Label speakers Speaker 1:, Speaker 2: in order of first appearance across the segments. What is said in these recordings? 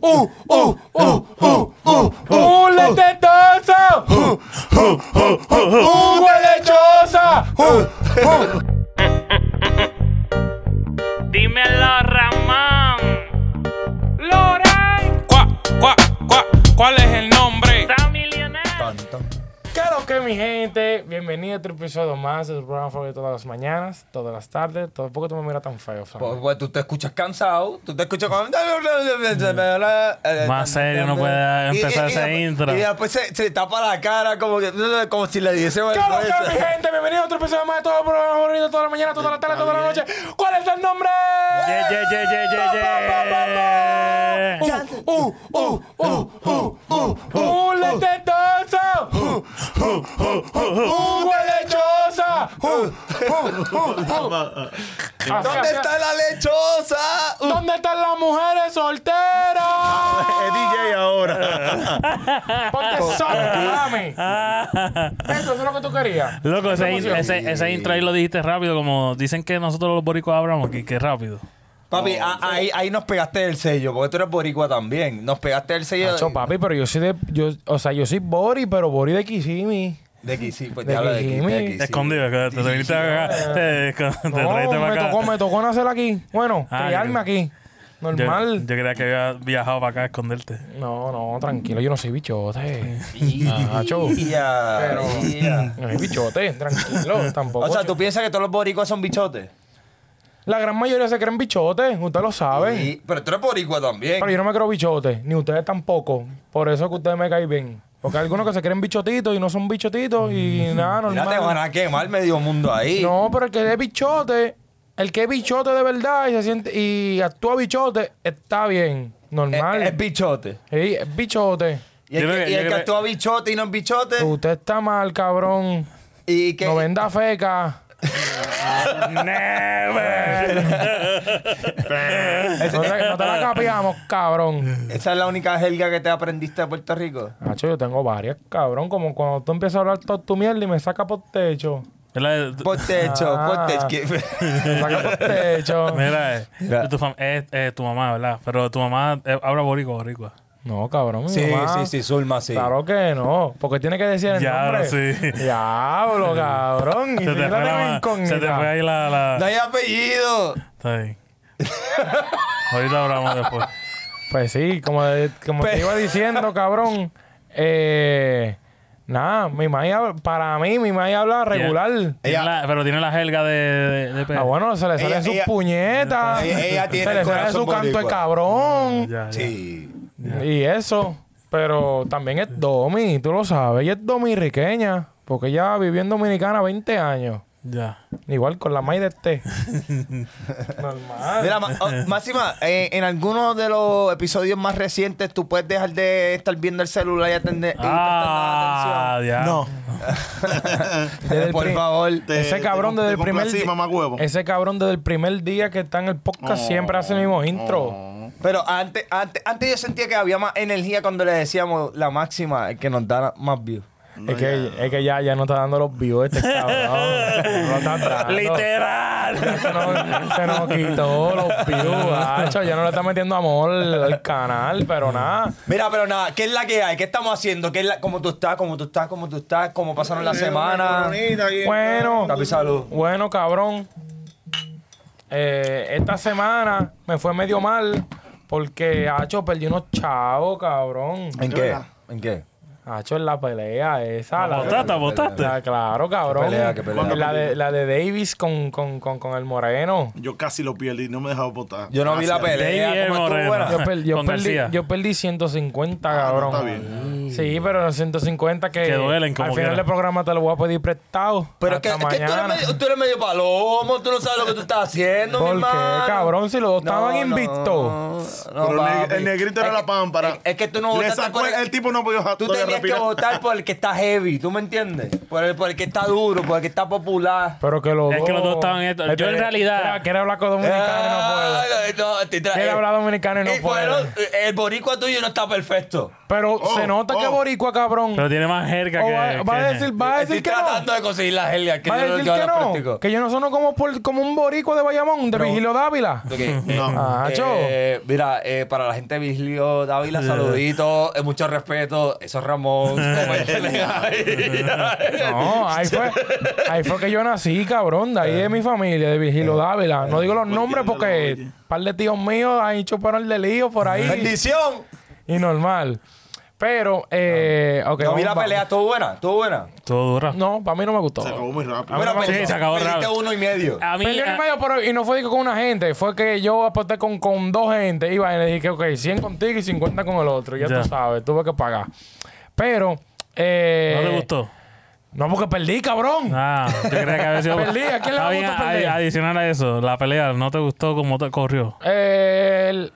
Speaker 1: oh, oh, oh, oh, oh, oh.
Speaker 2: ¡Hule tetosa! ¡Hule lechosa!
Speaker 3: Dímelo, Ramón. Loray.
Speaker 4: Cuá, cuá, cuá, ¿cuál es el nombre?
Speaker 3: Está millonario.
Speaker 2: Claro que mi gente, bienvenido a otro episodio más de tu programa favorito todas las mañanas, todas las tardes. Todo, ¿Por qué tú me miras tan feo, Fran?
Speaker 1: Pues, pues, tú te escuchas cansado, tú te escuchas con...
Speaker 5: Más serio no puede empezar esa intro.
Speaker 1: Y después se, se tapa la cara como que como si le pues, diese
Speaker 2: Claro que mi
Speaker 1: vergüenza.
Speaker 2: gente, bienvenido a otro episodio más de todo el programa favorito todas las mañanas, todas las tardes, todas las noches. ¿Cuál es el nombre?
Speaker 5: Ye, ye, ye, ye, ye, ye.
Speaker 2: ¡Uh,
Speaker 1: Oh,
Speaker 2: uh, uh, uh, uh! ¡Hule tetosa! ¡Hule lechosa!
Speaker 1: oh. ¿Dónde está la lechosa? Uh,
Speaker 2: ¿Dónde están las mujeres solteras?
Speaker 1: es DJ ahora.
Speaker 2: Ponte sola, mami. Eso es lo que tú querías.
Speaker 5: Loco, ese, in- ese, ese intro ahí lo dijiste rápido, como dicen que nosotros los boricuas hablamos aquí, que rápido.
Speaker 1: Papi, a- ahí, ahí nos pegaste el sello, porque tú eres boricua también. Nos pegaste el sello
Speaker 2: Nacho, papi, pero yo soy de. Yo, o sea, yo soy Bori, pero Bori de Kisimi.
Speaker 1: de que sí, pues
Speaker 2: de
Speaker 1: te hablo de aquí,
Speaker 2: Kijimi.
Speaker 1: de aquí,
Speaker 5: Te
Speaker 1: sí.
Speaker 5: escondido, que te viniste acá, te, escon- te
Speaker 2: No,
Speaker 5: trajiste
Speaker 2: me
Speaker 5: para acá.
Speaker 2: tocó, me tocó nacer aquí. Bueno,
Speaker 5: Ah,
Speaker 2: criarme
Speaker 5: yo-
Speaker 2: aquí.
Speaker 5: Yo,
Speaker 2: Normal.
Speaker 5: yo creía que había viajado para acá a esconderte.
Speaker 2: No, no, tranquilo, yo no soy bichote. Nacho.
Speaker 1: Ya, ya.
Speaker 2: No soy bichote, tranquilo, tampoco.
Speaker 1: O sea, ¿tú piensas que todos los boricuas son bichotes?
Speaker 2: La gran mayoría se creen bichotes, ustedes lo saben.
Speaker 1: Sí, pero tú eres boricua también.
Speaker 2: Pero yo no me creo bichote, ni ustedes tampoco. Por eso es que ustedes me caen bien. Porque hay algunos que se creen bichotitos y no son bichotitos y nada,
Speaker 1: Mm. Mira, te van
Speaker 2: normal.
Speaker 1: a quemar medio mundo ahí.
Speaker 2: No, pero el que es bichote, el que es bichote de verdad y se siente y actúa bichote, está bien,
Speaker 1: Es,
Speaker 2: normal.
Speaker 1: Eh, es bichote.
Speaker 2: Sí, es bichote.
Speaker 1: Y el
Speaker 5: Yo
Speaker 1: que,
Speaker 5: creo que-
Speaker 1: y
Speaker 5: yo
Speaker 1: el que
Speaker 5: creo que-
Speaker 1: actúa bichote y no es bichote.
Speaker 2: Usted está mal, cabrón.
Speaker 1: Y que.
Speaker 2: Uh, No venda feca.
Speaker 1: Ese-
Speaker 2: No te, no te la capiamos, cabrón.
Speaker 1: esa es la única jerga que te aprendiste de Puerto Rico.
Speaker 2: Nacho, yo tengo varias, cabrón. Como cuando tú empiezas a hablar todo tu mierda y me saca por techo.
Speaker 5: Es la de-
Speaker 1: Por techo,
Speaker 2: Ah.
Speaker 1: por techo.
Speaker 2: Me saca por techo.
Speaker 5: Mira, eh,
Speaker 1: Mira.
Speaker 5: Tu, fam- es, es tu mamá, ¿verdad? Pero tu mamá eh, habla boricua, boricua.
Speaker 2: No, cabrón. mi mamá.
Speaker 1: Zulma, sí.
Speaker 2: Claro que no, porque tiene que decir el
Speaker 5: Ya,
Speaker 2: nombre.
Speaker 5: ahora sí.
Speaker 2: Diablo, cabrón. Y
Speaker 5: Se te,
Speaker 2: fíjate
Speaker 5: fue
Speaker 2: mi
Speaker 5: la, ma- se te
Speaker 2: incógnita.
Speaker 5: fue ahí la... la-
Speaker 1: No hay apellido.
Speaker 5: Está bien. Ahorita hablamos después.
Speaker 2: Pues sí, como, de- como te
Speaker 1: Pe-
Speaker 2: iba diciendo, cabrón. Eh, nada, mi maíz habla- para mí, mi maíz habla regular.
Speaker 5: Tiene
Speaker 1: Ella-
Speaker 5: la- pero tiene la jerga de... de, de pe-
Speaker 2: Ah, bueno, se le
Speaker 1: Ella-
Speaker 2: salen sus
Speaker 1: ella-
Speaker 2: puñetas.
Speaker 1: Ella- ella tiene
Speaker 2: se le
Speaker 1: el
Speaker 2: sale
Speaker 1: corazón
Speaker 2: su canto de
Speaker 1: boricua.
Speaker 2: cabrón.
Speaker 5: Mm, Ya, ya.
Speaker 1: Sí.
Speaker 2: Y eso. Pero también es Domi, tú lo sabes. Ella es dominriqueña, porque ella vivió en Dominicana 20 años.
Speaker 5: Ya.
Speaker 2: Igual con la maíz de este.
Speaker 5: Ah.
Speaker 2: Normal.
Speaker 1: Mira, Ma- oh, Máxima, eh, en algunos de los episodios más recientes tú puedes dejar de estar viendo el celular y atender. y
Speaker 5: Ah, ya.
Speaker 6: No.
Speaker 1: prestar nada de atención. Por
Speaker 2: pri-
Speaker 1: favor.
Speaker 2: Ese cabrón desde el primer
Speaker 6: Sí,
Speaker 2: di-
Speaker 6: mamá huevo. Oh,
Speaker 2: Ese cabrón desde el primer día que está en el podcast siempre hace el mismo intro.
Speaker 1: Pero antes, antes, antes yo sentía que había más energía cuando le decíamos la máxima que nos da más views.
Speaker 2: es, que, es que ya, ya no está dando los views este cabrón. No está dando.
Speaker 5: Literal.
Speaker 2: Se nos, se nos quitó los views, gacho. Ya no le está metiendo amor al canal, pero nada.
Speaker 1: Mira, pero nada, ¿qué es la que hay? ¿Qué estamos haciendo? ¿Qué es la, ¿Cómo tú estás? ¿Cómo tú estás? ¿Cómo tú estás? ¿Cómo pasaron la semana?
Speaker 2: Bueno,
Speaker 1: Papi, salud.
Speaker 2: bueno, cabrón. Eh, esta semana me fue medio mal porque, hacho, perdí unos chavos, cabrón.
Speaker 1: ¿En qué? ¿En qué?
Speaker 2: Hacho, en la pelea esa. la-
Speaker 5: ¿Votaste? ¿Votaste?
Speaker 2: Ah, claro, cabrón.
Speaker 1: Qué pelea, qué pelea.
Speaker 2: La de, la de Davis con, con, con, con el Moreno.
Speaker 6: Yo casi lo perdí, no me dejaba votar.
Speaker 1: Yo no vi la pelea.
Speaker 5: David
Speaker 1: ¿Cómo estuvo
Speaker 5: Moreno.
Speaker 1: buena?
Speaker 2: Yo, per- yo
Speaker 5: Ah, Con
Speaker 2: perdí,
Speaker 5: García. Ah,
Speaker 2: yo perdí 150,
Speaker 6: no,
Speaker 2: cabrón.
Speaker 6: está bien.
Speaker 2: Sí, pero los 150 que,
Speaker 5: Que duelen como
Speaker 2: al final
Speaker 5: quiera.
Speaker 2: del programa te lo voy a pedir prestado.
Speaker 1: Pero es que,
Speaker 2: hasta
Speaker 1: es que tú, eres
Speaker 2: mañana.
Speaker 1: medio, tú eres medio palomo, tú no sabes lo que tú estás haciendo, mi
Speaker 2: ¿Por qué,
Speaker 1: hermano.
Speaker 2: cabrón? Si los dos estaban
Speaker 1: no,
Speaker 2: invictos.
Speaker 1: no,
Speaker 6: Pero el neg-
Speaker 1: papi.
Speaker 6: el negrito
Speaker 1: Es
Speaker 6: era
Speaker 1: que-
Speaker 6: la pámpara.
Speaker 1: Es, es que tú no
Speaker 6: Le
Speaker 1: votaste
Speaker 6: sacó
Speaker 1: por
Speaker 6: el, el tipo no podía
Speaker 1: Tú
Speaker 6: podía
Speaker 1: tenías tienes que votar por el que está heavy, ¿tú me entiendes? Por el, por el que está duro, por el que está popular.
Speaker 2: Pero que los
Speaker 5: Es
Speaker 2: dos...
Speaker 5: que los dos estaban en esto. Yo en realidad-
Speaker 2: Quiero, quiero hablar con dominicano y no puedo.
Speaker 1: Ah, no, te tra-
Speaker 2: Quiero hablar dominicano y no
Speaker 1: Eh,
Speaker 2: puedo.
Speaker 1: bueno, el boricua tuyo no está perfecto.
Speaker 2: Pero
Speaker 6: Oh,
Speaker 2: se nota que
Speaker 6: oh.
Speaker 2: boricua, cabrón.
Speaker 5: Pero tiene más jerga
Speaker 2: O
Speaker 5: que.
Speaker 2: va, va a
Speaker 5: que-
Speaker 2: decir, va a decir
Speaker 1: Estoy
Speaker 2: que
Speaker 1: tratando
Speaker 2: no.
Speaker 1: de conseguir la jerga. Que
Speaker 2: Va a
Speaker 1: yo no
Speaker 2: decir
Speaker 1: lo
Speaker 2: que no.
Speaker 1: practico.
Speaker 2: Que yo no sono como, por- como un boricua de Bayamón, de Vigilio Dávila.
Speaker 1: Ok.
Speaker 6: No.
Speaker 2: Ah, cho.
Speaker 1: Eh, mira, eh, para la gente de oh, Vigilio Dávila, saluditos, eh, mucho respeto. Eso es Ramón. coméntele ahí.
Speaker 2: No, ahí fue, ahí fue que yo nací, cabrón. De ahí
Speaker 1: Eh.
Speaker 2: es mi familia, de Vigilo Dávila. No digo los nombres porque
Speaker 6: oye.
Speaker 2: un par de tíos míos han hecho parar de lío por ahí.
Speaker 1: Bendición.
Speaker 2: y normal. Pero, eh, ok.
Speaker 1: No
Speaker 2: vamos-
Speaker 1: vi la
Speaker 2: vamos.
Speaker 1: pelea, estuvo buena, estuvo buena.
Speaker 5: Todo dura.
Speaker 2: No, para mí no me gustó.
Speaker 6: Se acabó muy rápido.
Speaker 1: Buena
Speaker 2: no me
Speaker 1: pelea.
Speaker 5: gustó. Sí, se acabó
Speaker 1: Perdiste
Speaker 5: rápido. Ah.
Speaker 1: uno y medio.
Speaker 5: A mí.
Speaker 2: Peleé en
Speaker 5: a-
Speaker 2: el medio, pero y no fue que con una gente, fue que yo aposté con, con dos gente, iba y le dije que, ok, 100 contigo y 50 con el otro, ya,
Speaker 5: Ya.
Speaker 2: tú sabes, tuve que pagar. Pero, eh,
Speaker 5: ¿No te gustó?
Speaker 2: No, porque perdí, cabrón.
Speaker 5: Ah, yo creía que había sido.
Speaker 2: Perdí, ¿a quién le
Speaker 5: Está
Speaker 2: va a
Speaker 5: bien,
Speaker 2: gustar perder?
Speaker 5: adi- Adicional a eso, la pelea, ¿no te gustó cómo te corrió?
Speaker 2: Eh, El-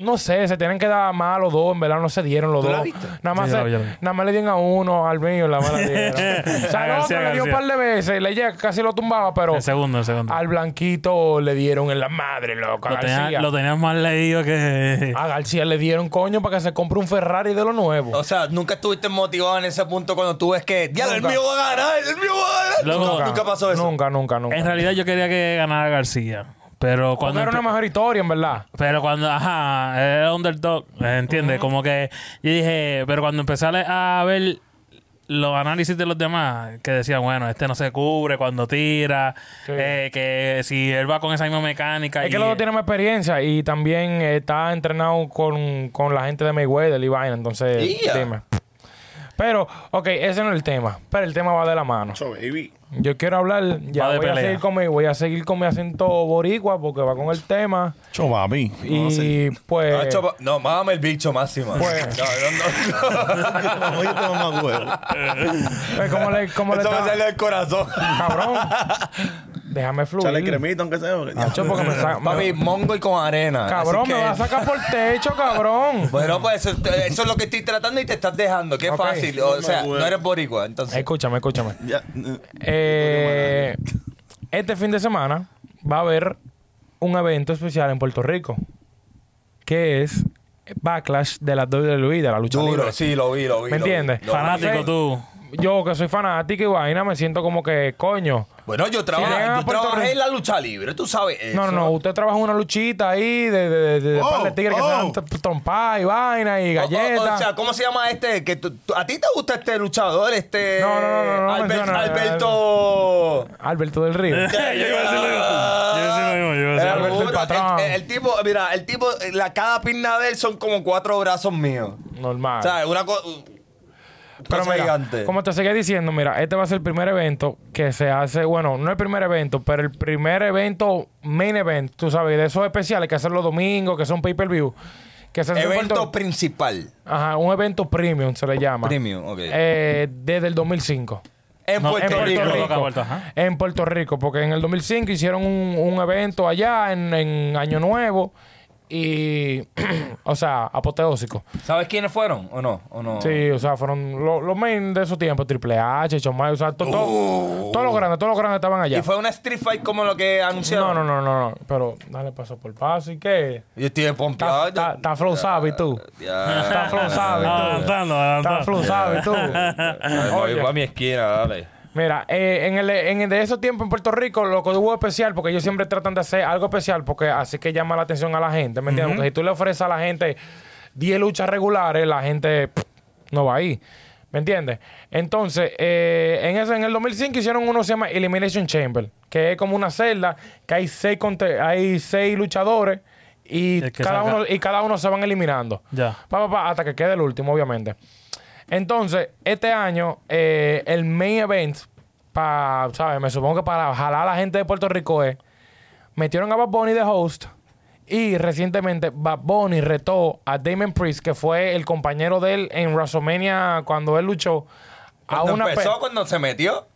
Speaker 2: no sé, se tienen que dar mal los dos, en verdad no se dieron los
Speaker 1: ¿Tú
Speaker 2: dos.
Speaker 1: la viste?
Speaker 2: Nada más,
Speaker 5: Sí, la
Speaker 2: se-
Speaker 5: vi, la vi.
Speaker 2: nada más le dieron a uno, al mío, la mala dieron. o sea,
Speaker 5: A
Speaker 2: al
Speaker 5: García,
Speaker 2: otro le dio un
Speaker 5: García.
Speaker 2: par de veces, le llega, casi lo tumbaba, pero
Speaker 5: El segundo, el segundo.
Speaker 2: al blanquito le dieron en la madre, loco. a
Speaker 5: Lo
Speaker 2: Ah, García.
Speaker 5: tenías, lo tenías más leído que.
Speaker 2: A García le dieron coño para que se compre un Ferrari de lo nuevo.
Speaker 1: O sea, nunca estuviste motivado en ese punto cuando tú ves que, diablo, el
Speaker 2: Nunca.
Speaker 1: mío va a ganar, el mío va a ganar.
Speaker 5: Loco,
Speaker 1: nunca, nunca pasó eso.
Speaker 2: Nunca, nunca, nunca.
Speaker 5: En realidad yo quería que ganara García. Pero
Speaker 2: Porque
Speaker 5: cuando.
Speaker 2: era
Speaker 5: empe-
Speaker 2: una mejor historia, en verdad.
Speaker 5: Pero cuando, ajá, era underdog, ¿entiendes? Como que yo dije, pero cuando empecé a le- a ver los análisis de los demás, que decían, bueno, este no se cubre cuando tira,
Speaker 2: Sí.
Speaker 5: eh, que si él va con esa misma mecánica.
Speaker 2: Es que
Speaker 5: y-
Speaker 2: los dos tienen más experiencia y también eh, está entrenado con, con la gente de Mayweather y vaina, entonces
Speaker 1: Ya.
Speaker 2: dime. Pero, ok, ese no es el tema. Pero el tema va de la mano.
Speaker 6: So, baby.
Speaker 2: Yo quiero hablar, ya
Speaker 5: Va de
Speaker 2: voy a,
Speaker 5: pelea.
Speaker 2: seguir con mi, voy a seguir con mi acento boricua porque va con el tema.
Speaker 6: Cho, mami.
Speaker 2: Y
Speaker 1: No,
Speaker 2: pues.
Speaker 1: chopa- Ah, no, mámame el bicho máximo.
Speaker 2: Pues-
Speaker 1: No, no, no, no.
Speaker 6: Oye, te mamá huevo.
Speaker 2: pues como le, como le
Speaker 1: Eso me
Speaker 2: estaba-
Speaker 1: sale del corazón.
Speaker 2: Cabrón. Déjame fluir.
Speaker 6: Chale cremito, aunque sea.
Speaker 2: Nacho, porque me sa-
Speaker 1: Papi, mongo y con arena. Así
Speaker 2: Cabrón,
Speaker 1: que-
Speaker 2: me va a sacar por techo, cabrón.
Speaker 1: Bueno, pues eso, eso es lo que estoy tratando y te estás dejando. Qué
Speaker 2: Ok.
Speaker 1: fácil. O sea,
Speaker 6: güey.
Speaker 1: no eres boricua, entonces.
Speaker 2: Escúchame, escúchame.
Speaker 6: Ya.
Speaker 2: Eh, este fin de semana va a haber un evento especial en Puerto Rico. Que es Backlash de la WWE, de la lucha
Speaker 1: Duro,
Speaker 2: libre.
Speaker 1: sí, lo vi, lo vi.
Speaker 2: ¿Me
Speaker 1: lo vi,
Speaker 2: entiendes?
Speaker 1: lo vi.
Speaker 5: Fanático tú.
Speaker 2: Yo que soy fanático y vaina, me siento como que, coño.
Speaker 1: Bueno, yo,
Speaker 2: Si
Speaker 1: trabajé,
Speaker 2: llegan a
Speaker 1: yo
Speaker 2: Puerto
Speaker 1: trabajé
Speaker 2: Rico-
Speaker 1: en la lucha libre, tú sabes eso.
Speaker 2: No, no, no. Usted trabaja en una luchita ahí de, de, de, de
Speaker 6: Oh,
Speaker 2: par de tigres que se dan
Speaker 6: oh.
Speaker 2: t- trompadas y vaina y
Speaker 1: O- o- Oh, O,
Speaker 2: galletas.
Speaker 1: sea, ¿cómo se llama este? Que tú- tú- ¿A ti te gusta este luchador? Este.
Speaker 2: No, no, no, no, no
Speaker 1: Albert-
Speaker 2: menciona-
Speaker 1: Alberto.
Speaker 2: Alberto del Río.
Speaker 1: eh.
Speaker 5: Yo iba a decir lo mismo. Yo iba a decir lo mismo, yo iba a decir
Speaker 1: Era
Speaker 5: lo
Speaker 2: Alberto el
Speaker 5: mismo.
Speaker 1: duro.
Speaker 2: patrón.
Speaker 1: El, el- el tipo, mira, el tipo, la, cada pierna de él son como cuatro brazos míos.
Speaker 2: Normal.
Speaker 1: O sea, una co-
Speaker 2: Ah.
Speaker 1: uh,
Speaker 2: Pero
Speaker 1: cosa
Speaker 2: mira,
Speaker 1: gigante.
Speaker 2: como te seguía diciendo, mira, este va a ser el primer evento que se hace, bueno, no el primer evento, pero el primer evento, main event, tú sabes, de esos especiales que hacen los domingos, que son pay-per-view, que se hace en
Speaker 1: Evento
Speaker 2: Puerto-
Speaker 1: principal.
Speaker 2: Ajá, un evento premium se le llama.
Speaker 1: Premium, ok.
Speaker 2: Eh, desde el 2005.
Speaker 1: En
Speaker 5: No,
Speaker 1: Puerto
Speaker 5: en Puerto
Speaker 1: Rico.
Speaker 5: Rico. Toca vuelta, ajá.
Speaker 2: En Puerto Rico, porque en el 2005 hicieron un, un evento allá en, en Año Nuevo y, o sea, apoteósico.
Speaker 1: ¿Sabes quiénes fueron o no? ¿O no?
Speaker 2: Sí, o sea, fueron lo- los main de esos tiempos, Triple H, Chomay, o sea, to- to- todos los grandes, todos los grandes estaban allá.
Speaker 1: Uh. ¿Y fue una Street Fight como lo que anunciaron?
Speaker 2: No, no, no, no, no, pero dale paso por paso y qué.
Speaker 1: Yo estoy
Speaker 2: Está
Speaker 1: pompeado.
Speaker 2: está- está flow sabi tú. Está
Speaker 1: Ya.
Speaker 2: flow sabi tú.
Speaker 5: Adelantando,
Speaker 2: Está
Speaker 5: adelantando.
Speaker 2: flow sabi tú.
Speaker 1: Me voy
Speaker 2: Oye.
Speaker 1: pa' mi esquina, dale.
Speaker 2: Mira, eh, en, el, en el de esos tiempos en Puerto Rico, lo que hubo especial, porque ellos siempre tratan de hacer algo especial, porque así que llama la atención a la gente, ¿me entiendes? Porque si tú le ofreces a la gente 10 luchas regulares, la gente pff, no va ahí, ¿me entiendes? Entonces, eh, en, ese, en el 2005 hicieron uno que se llama Elimination Chamber, que es como una celda que hay seis, conte- hay seis luchadores y
Speaker 5: El que
Speaker 2: cada,
Speaker 5: salga.
Speaker 2: uno, y cada uno se van eliminando.
Speaker 5: Ya.
Speaker 2: Pa, pa, pa, hasta que quede el último, obviamente. Entonces, este año, eh, el main event, para, ¿sabes? Me supongo que para jalar a la gente de Puerto Rico es, metieron a Bad Bunny de host y recientemente Bad Bunny retó a Damon Priest, que fue el compañero de él en WrestleMania cuando él luchó, a
Speaker 1: Cuando
Speaker 2: una pe-
Speaker 1: empezó, cuando se metió.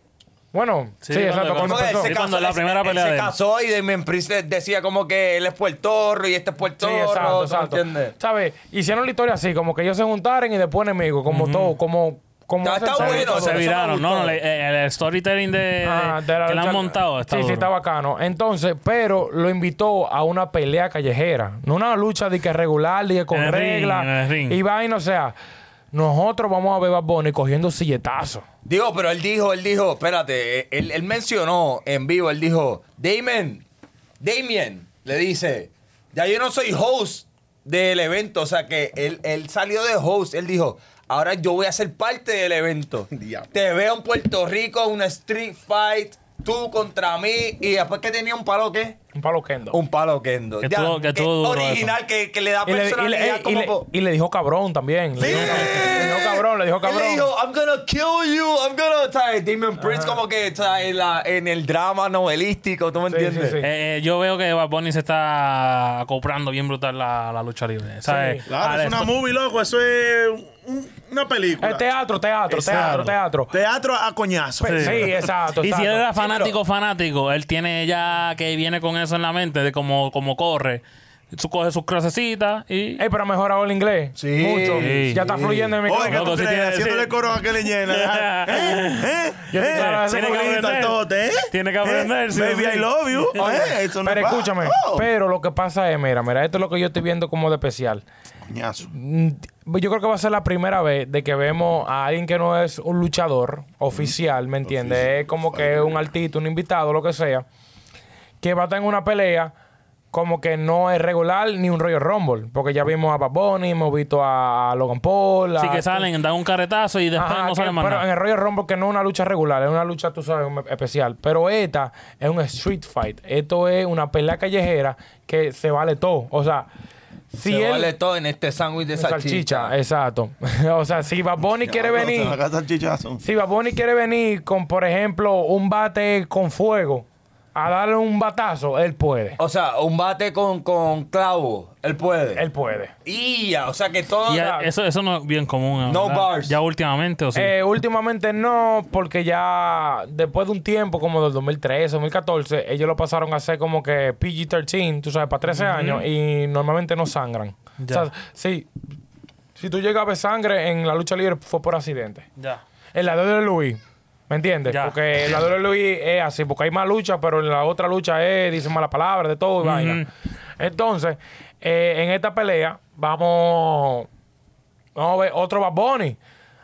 Speaker 2: Bueno, sí,
Speaker 5: Sí, cuando-
Speaker 2: exacto. Cuando
Speaker 5: cuando-
Speaker 2: empezó.
Speaker 5: Sí, cuando la primera pelea
Speaker 1: se
Speaker 5: de él.
Speaker 1: casó y Damien Priest decía como que él es puertorro y este es
Speaker 2: Sí,
Speaker 1: puertorro.
Speaker 2: exacto,
Speaker 1: ¿tú
Speaker 2: exacto.
Speaker 1: me entiendes?
Speaker 2: ¿Sabes? Hicieron la historia así, como que ellos se juntaron y después enemigos, como todo, como... como
Speaker 1: Está-
Speaker 2: ese
Speaker 1: está
Speaker 2: ser-
Speaker 1: bueno,
Speaker 5: se
Speaker 1: eso me
Speaker 5: viraron. No,
Speaker 1: gustó.
Speaker 5: no, le- eh, el storytelling de,
Speaker 2: Ah, de la
Speaker 5: que le han
Speaker 2: lucha-
Speaker 5: montado está
Speaker 2: sí, sí,
Speaker 5: duro.
Speaker 2: está bacano. Entonces, pero lo invitó a una pelea callejera. No una lucha de que regular, de que con
Speaker 5: En el ring, en
Speaker 2: reglas.
Speaker 5: el ring.
Speaker 2: Y vaina, o sea, nosotros vamos a ver Bad Bunny cogiendo silletazos.
Speaker 1: Digo, pero él dijo, él dijo, espérate, eh, él, él mencionó en vivo, él dijo, Damien, Damien, le dice, ya yo no soy host del evento, o sea que él, él salió de host, él dijo, ahora yo voy a ser parte del evento.
Speaker 6: Diablo.
Speaker 1: Te veo en Puerto Rico, una street fight, tú contra mí, y después que tenía un palo, ¿qué?
Speaker 2: Un palo kendo.
Speaker 1: Un palo kendo.
Speaker 5: Que estuvo- que estuvo duro
Speaker 1: original, que, que le da
Speaker 2: Y le, y
Speaker 1: personalidad
Speaker 2: le- y
Speaker 1: como...
Speaker 2: le-
Speaker 1: po-
Speaker 2: y le dijo cabrón también. Le
Speaker 1: Sí.
Speaker 2: dijo, le dijo cabrón, le dijo
Speaker 1: Él
Speaker 2: cabrón.
Speaker 1: le dijo, I'm gonna kill you, I'm gonna... ¿sabes? Damon Prince como que está en, la- en el drama novelístico, ¿tú me
Speaker 2: Sí,
Speaker 1: entiendes?
Speaker 2: sí, sí.
Speaker 5: Eh, eh, yo veo que Bad Bunny se está acoplando bien brutal la, la lucha libre. ¿sabes?
Speaker 6: Claro,
Speaker 5: Al
Speaker 6: es una
Speaker 5: esto-
Speaker 6: movie, loco. Eso es un- una película.
Speaker 2: Eh, teatro, teatro, teatro,
Speaker 5: Exacto.
Speaker 2: teatro.
Speaker 6: Teatro a coñazo.
Speaker 2: Pe- Sí, exacto.
Speaker 5: Y si
Speaker 2: exacto.
Speaker 5: él era fanático, fanático, él tiene ya que viene con eso en la mente de cómo, cómo corre. Tú coge sus crucecitas y.
Speaker 2: Ey, pero ha mejorado el inglés.
Speaker 1: Sí.
Speaker 2: Mucho.
Speaker 5: Sí.
Speaker 2: Ya está fluyendo en mi
Speaker 6: Oye, que
Speaker 5: Loco,
Speaker 6: tú
Speaker 5: sí
Speaker 6: crees,
Speaker 5: tiene-
Speaker 6: haciéndole
Speaker 5: sí.
Speaker 6: coro a aquel llena. ¿Eh? ¿Eh?
Speaker 2: Yo te- claro, ese
Speaker 5: tiene que
Speaker 2: culito,
Speaker 5: aprender.
Speaker 6: tote, ¿eh?
Speaker 5: Tiene que aprender. sí,
Speaker 6: Baby,
Speaker 5: sí.
Speaker 6: I love you. Eh, eso no
Speaker 2: Pero
Speaker 6: va.
Speaker 2: escúchame,
Speaker 6: Oh.
Speaker 2: pero lo que pasa es, mira, mira, esto es lo que yo estoy viendo como de especial.
Speaker 6: Coñazo.
Speaker 2: Mm, Yo creo que va a ser la primera vez de que vemos a alguien que no es un luchador oficial, ¿me entiendes? Es como que un artista, un invitado, lo que sea, que va a estar en una pelea como que no es regular ni un rollo Rumble. Porque ya vimos a Bad Bunny, hemos visto a Logan Paul.
Speaker 5: Sí,
Speaker 2: a-
Speaker 5: que salen, dan un carretazo y después
Speaker 2: Ajá,
Speaker 5: no
Speaker 2: que-
Speaker 5: salen más
Speaker 2: pero en
Speaker 5: nada.
Speaker 2: el Royal Rumble que no es una lucha regular, es una lucha, tú sabes, un- especial. Pero esta es un street fight. Esto es una pelea callejera que se vale todo. O sea,
Speaker 1: Se
Speaker 2: si él...
Speaker 1: vale todo en este sándwich de salchicha.
Speaker 2: salchicha, exacto. o sea, si Bad Bunny quiere
Speaker 6: Diablo,
Speaker 2: venir...
Speaker 6: Se va a gastar chichazo.
Speaker 2: Si Bad Bunny quiere venir con, por ejemplo, un bate con fuego a darle un batazo, él puede.
Speaker 1: O sea, un bate con, con clavo, él puede.
Speaker 2: Él puede.
Speaker 1: Y ya, o sea que todo...
Speaker 5: Y ya- eso, eso no es bien común.
Speaker 1: No
Speaker 5: ¿verdad?
Speaker 1: bars.
Speaker 5: Ya últimamente, o sí.
Speaker 2: Eh, últimamente no, porque ya después de un tiempo, como del 2013, 2014, ellos lo pasaron a hacer como que PG-13, tú sabes, para 13 años, y normalmente no sangran.
Speaker 5: Ya.
Speaker 2: O sea, sí, si tú llegas a ver sangre en la lucha libre, fue por accidente.
Speaker 5: ya.
Speaker 2: En la de Luis, ¿me entiendes?
Speaker 5: Ya.
Speaker 2: Porque en la de Luis es así, porque hay más lucha, pero en la otra lucha es, dicen malas palabras, de todo y vaina. Entonces, eh, en esta pelea, vamos, vamos a ver otro Bad Bunny,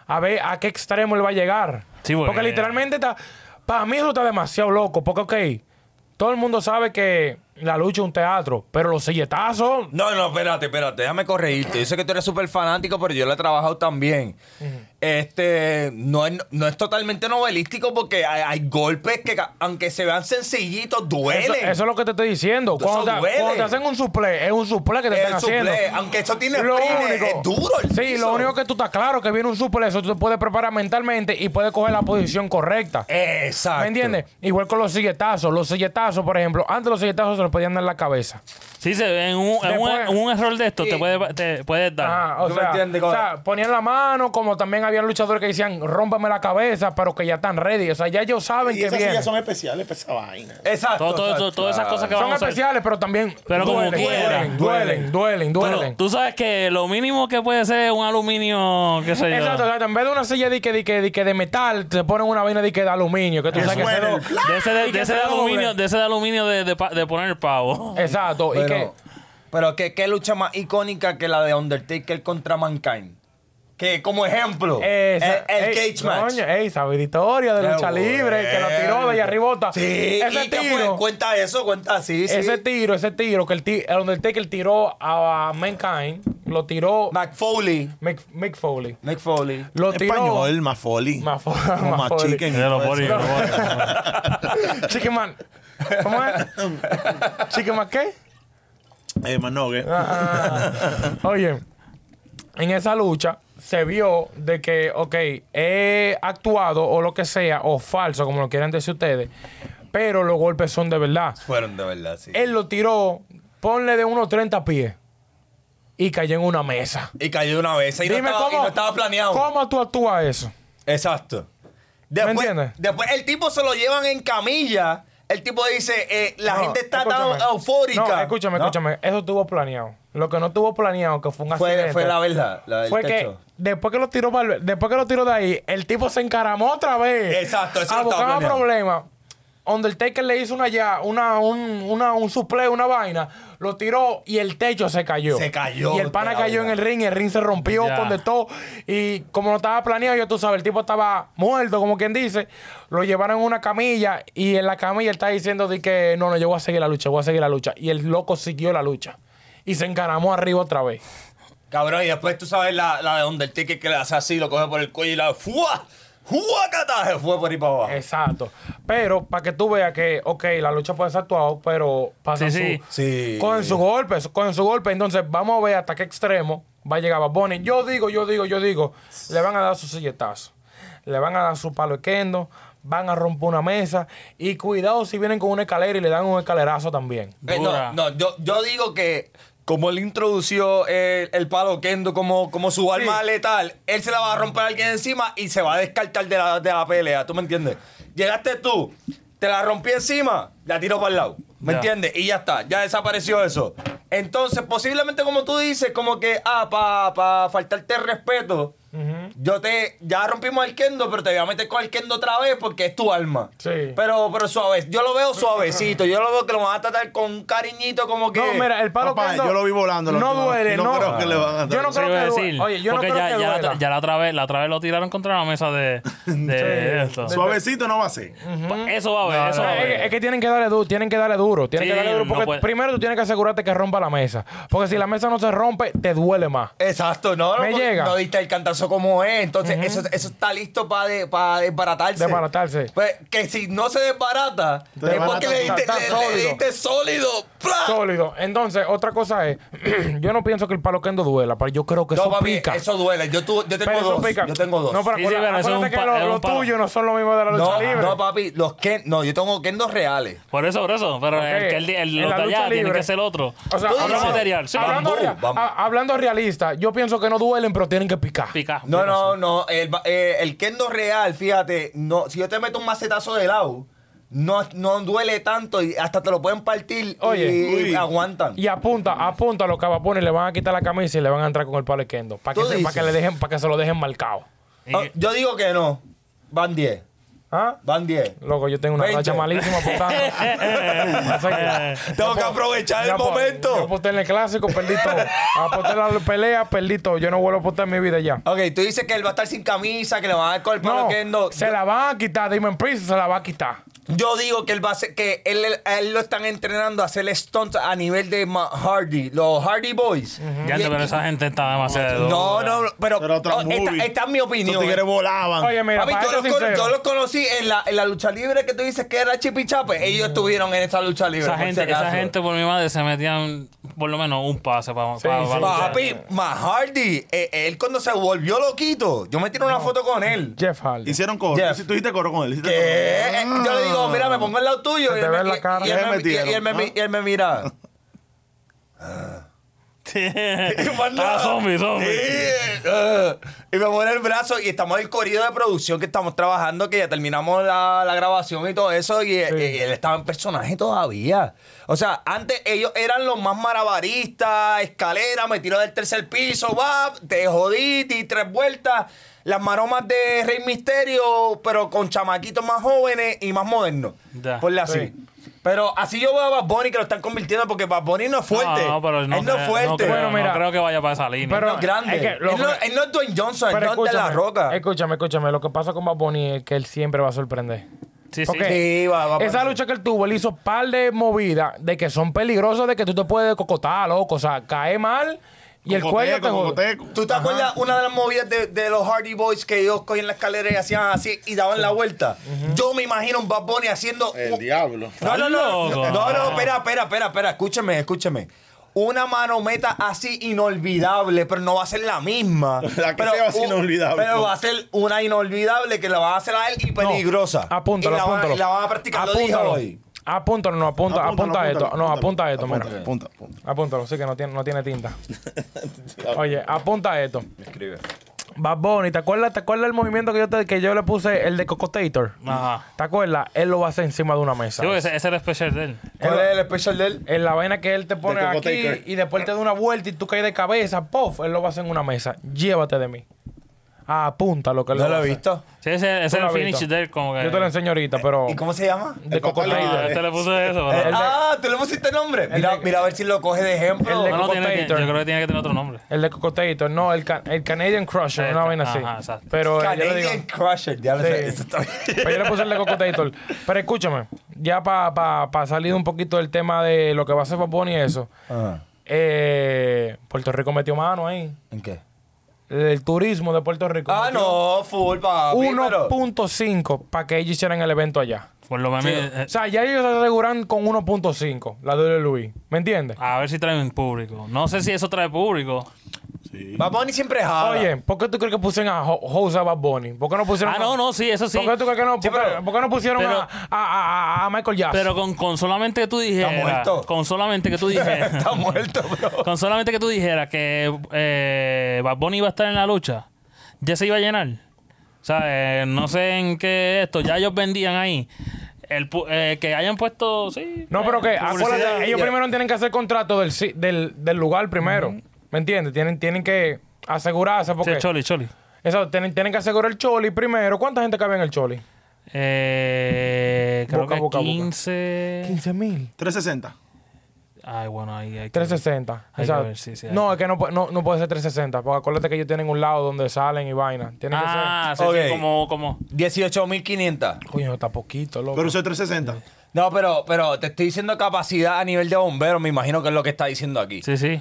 Speaker 2: a ver a qué extremo él va a llegar.
Speaker 5: Sí, porque-
Speaker 2: porque literalmente está, para mí eso está demasiado loco, porque, ok, todo el mundo sabe que la lucha es un teatro, pero los silletazos,
Speaker 1: No, no, espérate, espérate, déjame corregirte. Yo sé que tú eres súper fanático, pero yo lo he trabajado también. Este, no es, no es totalmente novelístico porque hay, hay golpes que, ca- aunque se vean sencillitos,
Speaker 2: eso,
Speaker 1: duelen.
Speaker 2: eso es lo que te estoy diciendo.
Speaker 1: Eso
Speaker 2: Cuando te,
Speaker 1: duele.
Speaker 2: cuando te hacen un suple, es un suple que te
Speaker 1: El
Speaker 2: están haciendo.
Speaker 1: suple, aunque eso tiene sprint, es- es duro el
Speaker 2: sí,
Speaker 1: piso.
Speaker 2: lo único que tú estás claro que viene un super, eso tú te puedes preparar mentalmente y puedes coger la posición correcta.
Speaker 1: Exacto.
Speaker 2: ¿Me entiendes? Igual con los silletazos. Los silletazos, por ejemplo, antes los silletazos se los podían dar en la cabeza.
Speaker 5: Sí, se, en, un, en
Speaker 2: Después-
Speaker 5: un, un error de esto
Speaker 1: Sí.
Speaker 5: te puede, te puede dar.
Speaker 2: Ajá, Ah, o,
Speaker 1: Ah, Tú me
Speaker 2: sea,
Speaker 1: entiendes,
Speaker 2: o
Speaker 1: como-
Speaker 2: sea, ponían la mano, como también habían luchadores que decían, rómpame la cabeza, pero que ya están ready. O sea, ya ellos saben
Speaker 6: Y
Speaker 2: que
Speaker 6: esas
Speaker 2: viene.
Speaker 6: sillas son especiales para esa vaina.
Speaker 1: Exacto.
Speaker 5: Todo- todo- todo-
Speaker 1: exacto.
Speaker 5: todas esas cosas que
Speaker 2: Son
Speaker 5: vamos a hacer.
Speaker 2: especiales, pero también
Speaker 5: Pero como
Speaker 2: duelen,
Speaker 5: quiera.
Speaker 2: duelen, duelen, duelen, duelen.
Speaker 5: Pero tú sabes que lo mínimo que puede ser es un aluminio, qué sé yo.
Speaker 2: Exacto, exacto. En vez de una silla de, que, de, que, de, que de metal, te ponen una vaina de, que de aluminio. Que tú sabes que se
Speaker 6: suena
Speaker 2: do-
Speaker 6: el
Speaker 5: De ese de,
Speaker 2: Y que
Speaker 5: de ese
Speaker 2: se
Speaker 5: de
Speaker 2: doble.
Speaker 5: aluminio, de ese de aluminio de, de pa- de poner el pavo.
Speaker 2: Exacto. y que,
Speaker 1: Pero, pero ¿qué, qué lucha más icónica que la de Undertaker contra Mankind? Que como ejemplo,
Speaker 2: Esa-
Speaker 1: el, el
Speaker 2: ey,
Speaker 1: cage match.
Speaker 2: coño, ey, esa victoria de lucha libre que la tiró de allá arriba.
Speaker 1: Sí,
Speaker 2: ese
Speaker 1: y que fue-
Speaker 2: tiro.
Speaker 1: cuenta eso, cuenta así. Sí.
Speaker 2: Ese tiro, ese tiro que el, ti- el Undertaker tiró a, a Mankind, lo tiró
Speaker 1: Mac Foley.
Speaker 2: Mick, Mick Foley.
Speaker 1: Mick Foley.
Speaker 2: Lo tiró.
Speaker 6: Español, más folly.
Speaker 2: Más fo-
Speaker 6: Como
Speaker 2: más
Speaker 6: más
Speaker 2: folly.
Speaker 6: chicken.
Speaker 5: De los
Speaker 6: todo
Speaker 5: boris,
Speaker 6: eso.
Speaker 5: los boris.
Speaker 2: Chicken Man. ¿Cómo es? Chicken Man, ¿qué?
Speaker 6: Eh, más nugget.
Speaker 2: Ah, Oye, en esa lucha se vio de que, ok, he actuado o lo que sea, o falso, como lo quieran decir ustedes, pero los golpes son de verdad.
Speaker 1: Fueron de verdad, sí.
Speaker 2: Él lo tiró, ponle de unos 30 pies y cayó en una mesa.
Speaker 1: Y cayó una vez. Y, no
Speaker 2: Dime
Speaker 1: estaba, y
Speaker 2: cómo,
Speaker 1: no estaba planeado.
Speaker 2: ¿Cómo tú actúas eso?
Speaker 1: Exacto.
Speaker 2: ¿Me
Speaker 1: Después,
Speaker 2: entiendes?
Speaker 1: después el tipo se lo llevan en camilla. El tipo dice, eh, la
Speaker 2: No,
Speaker 1: gente está
Speaker 2: escúchame.
Speaker 1: tan eufórica.
Speaker 2: No, escúchame,
Speaker 1: ¿No?
Speaker 2: escúchame. Eso estuvo planeado. Lo que no tuvo planeado, que fue un
Speaker 1: Fue,
Speaker 2: accidente.
Speaker 1: fue la verdad, la del
Speaker 2: fue que
Speaker 1: techo.
Speaker 2: después que lo tiró Valver- después que lo tiró de ahí, el tipo se encaramó otra vez.
Speaker 1: Exacto, eso
Speaker 2: a
Speaker 1: no estaba
Speaker 2: buscar más
Speaker 1: planeado.
Speaker 2: problemas. Undertaker le hizo una ya, una, un, una, un suple, una vaina, lo tiró y el techo se cayó.
Speaker 1: Se cayó
Speaker 2: Y el pana
Speaker 1: de la
Speaker 2: cayó en
Speaker 1: vaina.
Speaker 2: el ring, el ring se rompió
Speaker 5: Ya.
Speaker 2: con de todo. Y como no estaba planeado, ya tú sabes, el tipo estaba muerto, como quien dice. Lo llevaron en una camilla y en la camilla él está diciendo de que no, no, yo voy a seguir la lucha, voy a seguir la lucha. Y el loco siguió la lucha. Y se encaramó arriba otra vez.
Speaker 1: Cabrón, y después tú sabes la, la de Undertaker que le hace así, lo coge por el cuello y la... ¡Fua! ¡Juacata! Se fue por ahí para abajo.
Speaker 2: Exacto. Pero para que tú veas que, ok, la lucha puede ser actuada, pero pasan
Speaker 5: Sí, sí.
Speaker 2: su-
Speaker 1: Sí.
Speaker 2: Cogen su golpe, su- cogen su golpe. Entonces, vamos a ver hasta qué extremo va a llegar Bad Bunny. Yo digo, yo digo, yo digo, le van a dar su silletazo. Le van a dar su palo de kendo, van a romper una mesa. Y cuidado si vienen con una escalera y le dan un escalerazo también.
Speaker 1: Eh,
Speaker 5: Dura.
Speaker 1: no, no yo, yo digo que como él introdució el, el palo Kendo como, como su arma letal, él se la va a romper a alguien encima y se va a descartar de la, de la pelea. ¿Tú me entiendes? Llegaste tú, te la rompí encima, la tiro para el lado. ¿Me
Speaker 5: Ya.
Speaker 1: entiendes? Y ya está, ya desapareció eso. Entonces, posiblemente como tú dices, como que, ah, para faltarte el respeto, yo te, ya rompimos el kendo, pero te voy a meter con el kendo otra vez porque es tu alma.
Speaker 2: Sí.
Speaker 1: Pero, pero suave, yo lo veo suavecito, yo lo veo que lo van a tratar con un cariñito como que.
Speaker 2: No, mira, eh, el palo
Speaker 6: Papá,
Speaker 2: kendo
Speaker 6: yo lo vi volando la
Speaker 2: No
Speaker 6: última vez.
Speaker 2: duele,
Speaker 6: No
Speaker 2: no.
Speaker 6: creo que le van a dar.
Speaker 2: Yo no
Speaker 5: Eso
Speaker 2: creo
Speaker 5: iba a
Speaker 2: que
Speaker 5: decir,
Speaker 2: duele. Oye, yo no
Speaker 5: porque
Speaker 2: creo
Speaker 5: ya,
Speaker 2: que
Speaker 5: ya,
Speaker 2: duela.
Speaker 5: la, ya la otra vez, la otra vez lo tiraron contra la mesa de, de esto.
Speaker 2: ah.
Speaker 6: Suavecito no va a ser.
Speaker 5: Pa- Eso va a ver, eso va a
Speaker 2: Es,
Speaker 5: ver.
Speaker 2: que- es que tienen que darle duro, tienen que darle duro, tienen
Speaker 5: Sí,
Speaker 2: que darle duro.
Speaker 5: no
Speaker 2: Porque
Speaker 5: puede-
Speaker 2: primero tú tienes que asegurarte que rompa la mesa. Porque si la mesa no se rompe, te duele más.
Speaker 1: Exacto, no, no,
Speaker 2: Me
Speaker 1: porque
Speaker 2: llega.
Speaker 1: no diste el cantazo como es. Entonces, eso, eso está listo para desbaratarse.
Speaker 2: Desbaratarse.
Speaker 1: Pues, que si no se desbarata, es
Speaker 6: Desbarata.
Speaker 1: porque le diste,
Speaker 2: Está- está
Speaker 1: le- le
Speaker 2: sólido.
Speaker 1: diste sólido. ¡Pla!
Speaker 2: Sólido. Entonces, otra cosa es, yo no pienso que el palo kendo duela, pero yo creo que
Speaker 1: No,
Speaker 2: eso
Speaker 1: papi,
Speaker 2: pica.
Speaker 1: eso duele. Yo, tu- yo tengo
Speaker 2: Pero eso
Speaker 1: dos.
Speaker 2: pica.
Speaker 1: Yo tengo dos.
Speaker 2: No, pero
Speaker 5: Sí, sí,
Speaker 2: acuérdate,
Speaker 5: pero eso es un
Speaker 2: acuérdate que
Speaker 5: pa-
Speaker 2: lo,
Speaker 5: es un
Speaker 2: lo
Speaker 5: palo.
Speaker 2: tuyo no son lo mismo de la lucha
Speaker 1: no,
Speaker 2: libre.
Speaker 1: no, papi, los Ken, no, yo tengo kendos reales.
Speaker 5: Por eso, por eso. Pero
Speaker 2: Ok,
Speaker 5: el, que el, el-
Speaker 2: en
Speaker 5: lo
Speaker 2: la
Speaker 5: de
Speaker 2: lucha
Speaker 5: allá tiene
Speaker 2: libre.
Speaker 5: que ser otro.
Speaker 2: o sea,
Speaker 1: Tú
Speaker 5: Otro
Speaker 1: dices,
Speaker 5: material. sí.
Speaker 2: hablando,
Speaker 1: bambú,
Speaker 2: rea-
Speaker 1: bambú.
Speaker 2: a- hablando realista, yo pienso que no duelen, pero tienen que picar.
Speaker 5: Pica.
Speaker 1: No, no, no. El, ba- eh, el kendo real, fíjate, no, si yo te meto un macetazo de lado, no, no duele tanto y hasta te lo pueden partir
Speaker 2: Oye.
Speaker 1: y, y
Speaker 6: Uy.
Speaker 1: aguantan.
Speaker 2: Y apunta, apunta a los cabapones, le van a quitar la camisa y le van a entrar con el palo de kendo. Para que,
Speaker 1: Tú
Speaker 2: se- pa' que
Speaker 1: dices.
Speaker 2: le dejen, para que se lo dejen marcado.
Speaker 5: Y-
Speaker 1: Ah, yo digo que no. Van 10.
Speaker 2: ¿Ah?
Speaker 1: Van 10.
Speaker 2: Loco, yo tengo una
Speaker 1: Veinte.
Speaker 2: racha malísima apuntando. Eso es-
Speaker 1: Tengo que aprovechar
Speaker 2: Yo
Speaker 1: el
Speaker 2: apo- pues, Yo
Speaker 1: momento.
Speaker 2: aposté en el clásico, perdí todo. Aposté en la pelea, perdí todo. Yo no vuelvo a apostar en mi vida ya.
Speaker 1: Ok, tú dices que él va a estar sin camisa, que le van a dar con el palo
Speaker 2: No,
Speaker 1: Kendo.
Speaker 2: se la van a quitar. Dime en Priest se la va a quitar.
Speaker 1: Yo digo que él va a ser, que él, él- a él lo están entrenando a hacer stunts a nivel de Ma- Hardy, los Hardy Boys.
Speaker 5: Ya,
Speaker 1: Y-
Speaker 5: pero esa gente está demasiado.
Speaker 1: No,
Speaker 5: dura.
Speaker 1: no, pero,
Speaker 6: Pero otra
Speaker 1: oh, esta,
Speaker 6: movie.
Speaker 1: esta es mi opinión. eh.
Speaker 6: Los
Speaker 2: eh.
Speaker 6: tigres volaban.
Speaker 2: Oye, mira,
Speaker 1: Papi,
Speaker 2: para
Speaker 1: yo
Speaker 2: ser
Speaker 1: los, cono-
Speaker 2: sincero,
Speaker 1: yo los conocí en la, en la lucha libre que tú dices que era chipichape. Ellos estuvieron en esa lucha libre.
Speaker 5: Esa
Speaker 1: por si
Speaker 5: gente, esa
Speaker 1: acaso.
Speaker 5: gente, por mi madre, se metían por lo menos un pase para.
Speaker 2: Sí, sí.
Speaker 1: Papi, más Hardy, eh, él cuando se volvió loquito, yo me tiré una foto con él.
Speaker 2: Jeff Hardy.
Speaker 6: Hicieron coro.
Speaker 1: Jeff.
Speaker 6: Si tuviste coro con Ah. él. hiciste
Speaker 1: que
Speaker 6: coro.
Speaker 1: eh, yo le digo, mira, me pongo al lado tuyo.
Speaker 2: Se
Speaker 1: Y
Speaker 2: te
Speaker 1: él
Speaker 2: ve
Speaker 1: me,
Speaker 2: la
Speaker 1: y-
Speaker 2: cara.
Speaker 1: y él
Speaker 6: Ya
Speaker 1: me-
Speaker 6: me tiraron,
Speaker 1: y él me mi-
Speaker 6: ¿no?
Speaker 1: y él me mira.
Speaker 5: Ah, zombie, zombie.
Speaker 1: Eh, eh. Y me pone el brazo y estamos en el corrido de producción que estamos trabajando, que ya terminamos la, la grabación y todo eso, y, y él estaba en personaje todavía. O sea, antes ellos eran los más marabaristas, escalera, me tiró del tercer piso, va, te jodí, di tres vueltas, las maromas de Rey Misterio, pero con chamaquitos más jóvenes y más modernos.
Speaker 5: Ya.
Speaker 1: Por así. Pero así yo veo a Bad Bunny que lo están convirtiendo porque Bad Bunny no es fuerte.
Speaker 5: No, pero no,
Speaker 1: él no
Speaker 5: creo-
Speaker 1: es fuerte.
Speaker 5: creo,
Speaker 2: Bueno,
Speaker 5: no
Speaker 2: mira.
Speaker 5: creo que vaya para esa línea.
Speaker 2: Pero-
Speaker 1: No es grande.
Speaker 2: Es que lo-
Speaker 1: él, no, él no es Dwayne Johnson, él
Speaker 2: Pero
Speaker 1: no es de la
Speaker 2: escúchame,
Speaker 1: roca.
Speaker 2: Escúchame, escúchame. Lo que pasa con Bad Bunny es que él siempre va a sorprender.
Speaker 5: sí, sí.
Speaker 2: porque-
Speaker 1: Ah, Sí, va, va a
Speaker 2: Esa
Speaker 1: aparecer.
Speaker 2: lucha que él tuvo, él hizo par de movidas de que son peligrosas, de que tú te puedes cocotar, loco. O sea, cae mal y el
Speaker 6: Cocoteco,
Speaker 2: cuello te jode.
Speaker 6: cocoteco.
Speaker 1: ¿Tú te acuerdas una de las movidas de, de los Hardy Boys que ellos cogían la escalera y hacían así y daban la vuelta? Yo me imagino un Bad Bunny haciendo.
Speaker 6: El diablo.
Speaker 1: No, no, no.
Speaker 5: Loco.
Speaker 1: No, no, espera, espera, espera, espera. Escúcheme, escúcheme. Una manometa así inolvidable, pero no va a ser la misma.
Speaker 6: La que
Speaker 1: pero,
Speaker 6: sea así
Speaker 1: un-
Speaker 6: inolvidable.
Speaker 1: Pero va a ser una inolvidable que la va a hacer a él y
Speaker 2: No,
Speaker 1: peligrosa.
Speaker 2: Apúntalo,
Speaker 1: y la, van-
Speaker 2: apúntalo.
Speaker 1: la van a practicar.
Speaker 2: Apúntalo.
Speaker 1: Lo dije hoy.
Speaker 2: Apúntalo, no, apunta, apunta esto. No, apunta esto, mira.
Speaker 6: Apunta, apunta, apunta.
Speaker 2: Apúntalo, sí que no tiene, no tiene tinta. Oye, apunta esto. Bad Bunny, ¿te acuerdas, ¿te acuerdas el movimiento que yo, te- que yo le puse, el de Cocotator?
Speaker 5: Ajá.
Speaker 2: ¿Te acuerdas? Él lo va a hacer encima de una mesa.
Speaker 5: Yo, ese, ese era el especial de él.
Speaker 1: ¿Cuál es el especial de él?
Speaker 2: En la vaina que él te pone
Speaker 6: De
Speaker 2: aquí
Speaker 6: Cocotator.
Speaker 2: y después te da una vuelta y tú caes de cabeza, puff, él lo va a hacer en una mesa. Llévate de mí. Apunta lo que él
Speaker 1: No
Speaker 2: lo
Speaker 1: lo
Speaker 2: va a
Speaker 1: he
Speaker 2: hacer.
Speaker 1: visto.
Speaker 5: Sí, ese,
Speaker 2: Tú lo
Speaker 5: ese era el
Speaker 2: has
Speaker 5: finish
Speaker 2: visto.
Speaker 5: de él, como que.
Speaker 2: Yo te lo enseño ahorita, pero...
Speaker 1: ¿Y cómo se llama?
Speaker 2: De
Speaker 6: papá
Speaker 2: Cocotator.
Speaker 5: Ah, este le puso eso, pero-
Speaker 2: El-
Speaker 1: ah, tú le pusiste nombre. Mira, mira a ver si lo coges de ejemplo.
Speaker 2: el de-
Speaker 5: No, no, tiene que- yo
Speaker 2: Cocotator.
Speaker 5: creo que tiene que tener otro nombre.
Speaker 2: El de Cocotator, no, el, ca- el Canadian Crusher,
Speaker 5: Sí,
Speaker 2: una vaina
Speaker 5: ajá,
Speaker 2: así.
Speaker 5: exacto.
Speaker 2: Pero eh, yo le digo-
Speaker 1: Canadian Crusher. Ya lo
Speaker 2: Sí.
Speaker 1: sé. Eso está bien.
Speaker 2: Pero yo le puse el de Cocotator. Pero escúchame, ya para salir un poquito del tema de lo que va a hacer Bad Bunny y eso.
Speaker 1: Ah,
Speaker 2: eh, Puerto Rico metió mano ahí.
Speaker 1: ¿En qué?
Speaker 2: El turismo de Puerto Rico.
Speaker 1: Ah,
Speaker 2: metió
Speaker 1: no, full, papi. pero-
Speaker 2: 1.5 para que ellos hicieran el evento allá.
Speaker 5: Por lo menos. eh,
Speaker 2: O sea, ya ellos se aseguran con 1.5 la WWE. ¿Me entiendes?
Speaker 5: a ver si traen público. No sé si eso trae público.
Speaker 1: Bad Bunny siempre jala.
Speaker 2: Oye, ¿por qué tú crees que pusieron a Ho- House a Bad Bunny? ¿Por qué no pusieron
Speaker 5: Ah,
Speaker 2: a-
Speaker 5: no, no, sí, eso sí.
Speaker 2: ¿Por qué tú crees que no,
Speaker 1: Sí,
Speaker 2: por qué-
Speaker 1: pero-
Speaker 2: por qué no pusieron
Speaker 5: pero-
Speaker 2: a, a- a- a Michael Jackson?
Speaker 5: Pero con, con solamente que tú dijeras.
Speaker 1: muerto.
Speaker 5: Con solamente que tú dijeras.
Speaker 1: Está muerto, bro.
Speaker 5: Con solamente que tú dijeras que eh, Bad Bunny iba a estar en la lucha, ya se iba a llenar. O sea, eh, no sé en qué esto, ya ellos vendían ahí. El, pu- eh, que hayan puesto, sí.
Speaker 2: No, pero que acuérdate,
Speaker 1: publicidad,
Speaker 2: ellos
Speaker 1: ya.
Speaker 2: primero tienen que hacer contrato del, si- del, del lugar primero. ¿Me entiendes? Tienen, tienen que asegurarse
Speaker 5: Sí,
Speaker 2: porque...
Speaker 5: Choli, Choli.
Speaker 2: Eso, tienen, tienen que asegurar el choli primero. ¿Cuánta gente cabe en el choli?
Speaker 5: Eh, creo
Speaker 2: Boca,
Speaker 5: que
Speaker 2: boca, boca.
Speaker 5: 15.
Speaker 2: 15 mil.
Speaker 6: 360.
Speaker 5: Ay, bueno, ahí hay que-
Speaker 2: 360.
Speaker 5: Hay que
Speaker 2: exacto.
Speaker 5: ver, sí, sí, hay
Speaker 2: no, es que no, pu- no, no puede ser 360, porque acuérdate que ellos tienen un lado donde salen y vaina. Tienen
Speaker 5: Ah, sí, sí,
Speaker 1: Ok.
Speaker 5: como, como.
Speaker 1: 18.500.
Speaker 2: que ser... Coño, está poquito, loco.
Speaker 6: Pero usó 360.
Speaker 1: No, pero, pero te estoy diciendo capacidad a nivel de bomberos, me imagino que es lo que está diciendo aquí.
Speaker 5: Sí, sí.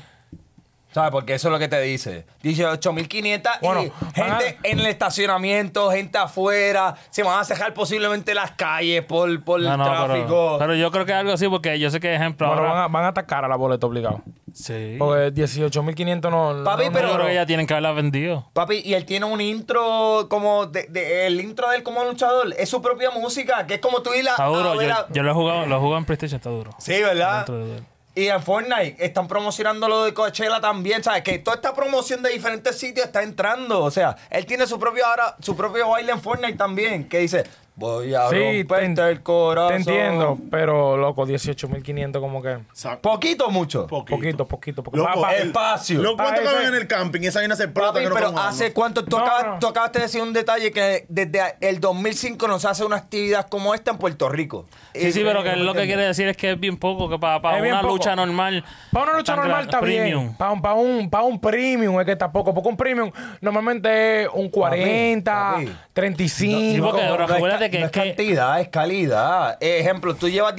Speaker 1: ¿Sabes? Porque eso es lo que te dice. 18.500
Speaker 2: Bueno,
Speaker 1: y
Speaker 2: van a-
Speaker 1: gente en el estacionamiento, gente afuera. Se van a cerrar posiblemente las calles por, por
Speaker 5: No,
Speaker 1: el
Speaker 5: no,
Speaker 1: tráfico.
Speaker 5: pero, pero yo creo que algo así, porque yo sé que, ejemplo,
Speaker 2: Bueno,
Speaker 5: ahora.
Speaker 2: van, a, van a atacar a la boleta obligado.
Speaker 5: Sí.
Speaker 2: Porque 18.500 no... no-
Speaker 1: Papi,
Speaker 2: no-
Speaker 5: Pero yo
Speaker 1: pero-
Speaker 5: creo que ya tienen que haberla vendido.
Speaker 1: Papi, y él tiene un intro como de, de- el intro de él como luchador. Es su propia música, que es como tú y la.
Speaker 5: Está
Speaker 1: a
Speaker 5: duro.
Speaker 1: ver
Speaker 5: Yo,
Speaker 1: a-
Speaker 5: yo lo he jugado, lo he jugado en PlayStation, está duro.
Speaker 1: Sí, ¿verdad?
Speaker 5: Dentro de él.
Speaker 1: Y en Fortnite están promocionando lo de Coachella también, ¿sabes? Que toda esta promoción de diferentes sitios está entrando. O sea, él tiene su propio ahora, su propio baile en Fortnite también, que dice, voy a
Speaker 2: Sí, te, en-
Speaker 1: romperte el corazón.
Speaker 2: te entiendo, pero loco, 18.500 como que...
Speaker 6: Exacto.
Speaker 1: Poquito o mucho.
Speaker 2: Poquito, poquito, poquito.
Speaker 6: Loco,
Speaker 2: Va- va-
Speaker 6: el-
Speaker 1: espacio.
Speaker 6: Lo cuánto
Speaker 2: Ah,
Speaker 6: caben
Speaker 2: ese-
Speaker 6: en el camping, esa vaina se explota.
Speaker 1: Papi,
Speaker 6: que no
Speaker 1: pero
Speaker 6: podemos
Speaker 1: hace
Speaker 6: hablar.
Speaker 1: cuánto tú,
Speaker 2: No,
Speaker 1: acabas,
Speaker 2: no.
Speaker 1: tú acabaste de decir un detalle que desde el 2005 no se hace una actividad como esta en Puerto Rico.
Speaker 5: Sí,
Speaker 1: Y-
Speaker 5: sí, pero que
Speaker 2: Eh,
Speaker 5: lo que quiere decir es que es bien poco, que para,
Speaker 2: Es bien
Speaker 5: una
Speaker 2: poco.
Speaker 5: lucha normal.
Speaker 2: Para una lucha
Speaker 5: tan
Speaker 2: normal
Speaker 5: gra-
Speaker 2: está bien.
Speaker 5: premium.
Speaker 2: Para un, pa un, pa un premium es que está poco. Porque un premium normalmente es un 40,
Speaker 1: papi.
Speaker 2: 35.
Speaker 5: Sí, porque
Speaker 1: No,
Speaker 5: ahora
Speaker 1: no es
Speaker 5: acuérdate
Speaker 1: ca-
Speaker 5: que-
Speaker 1: no es
Speaker 5: que-
Speaker 1: cantidad, es calidad. Ejemplo, tú llevas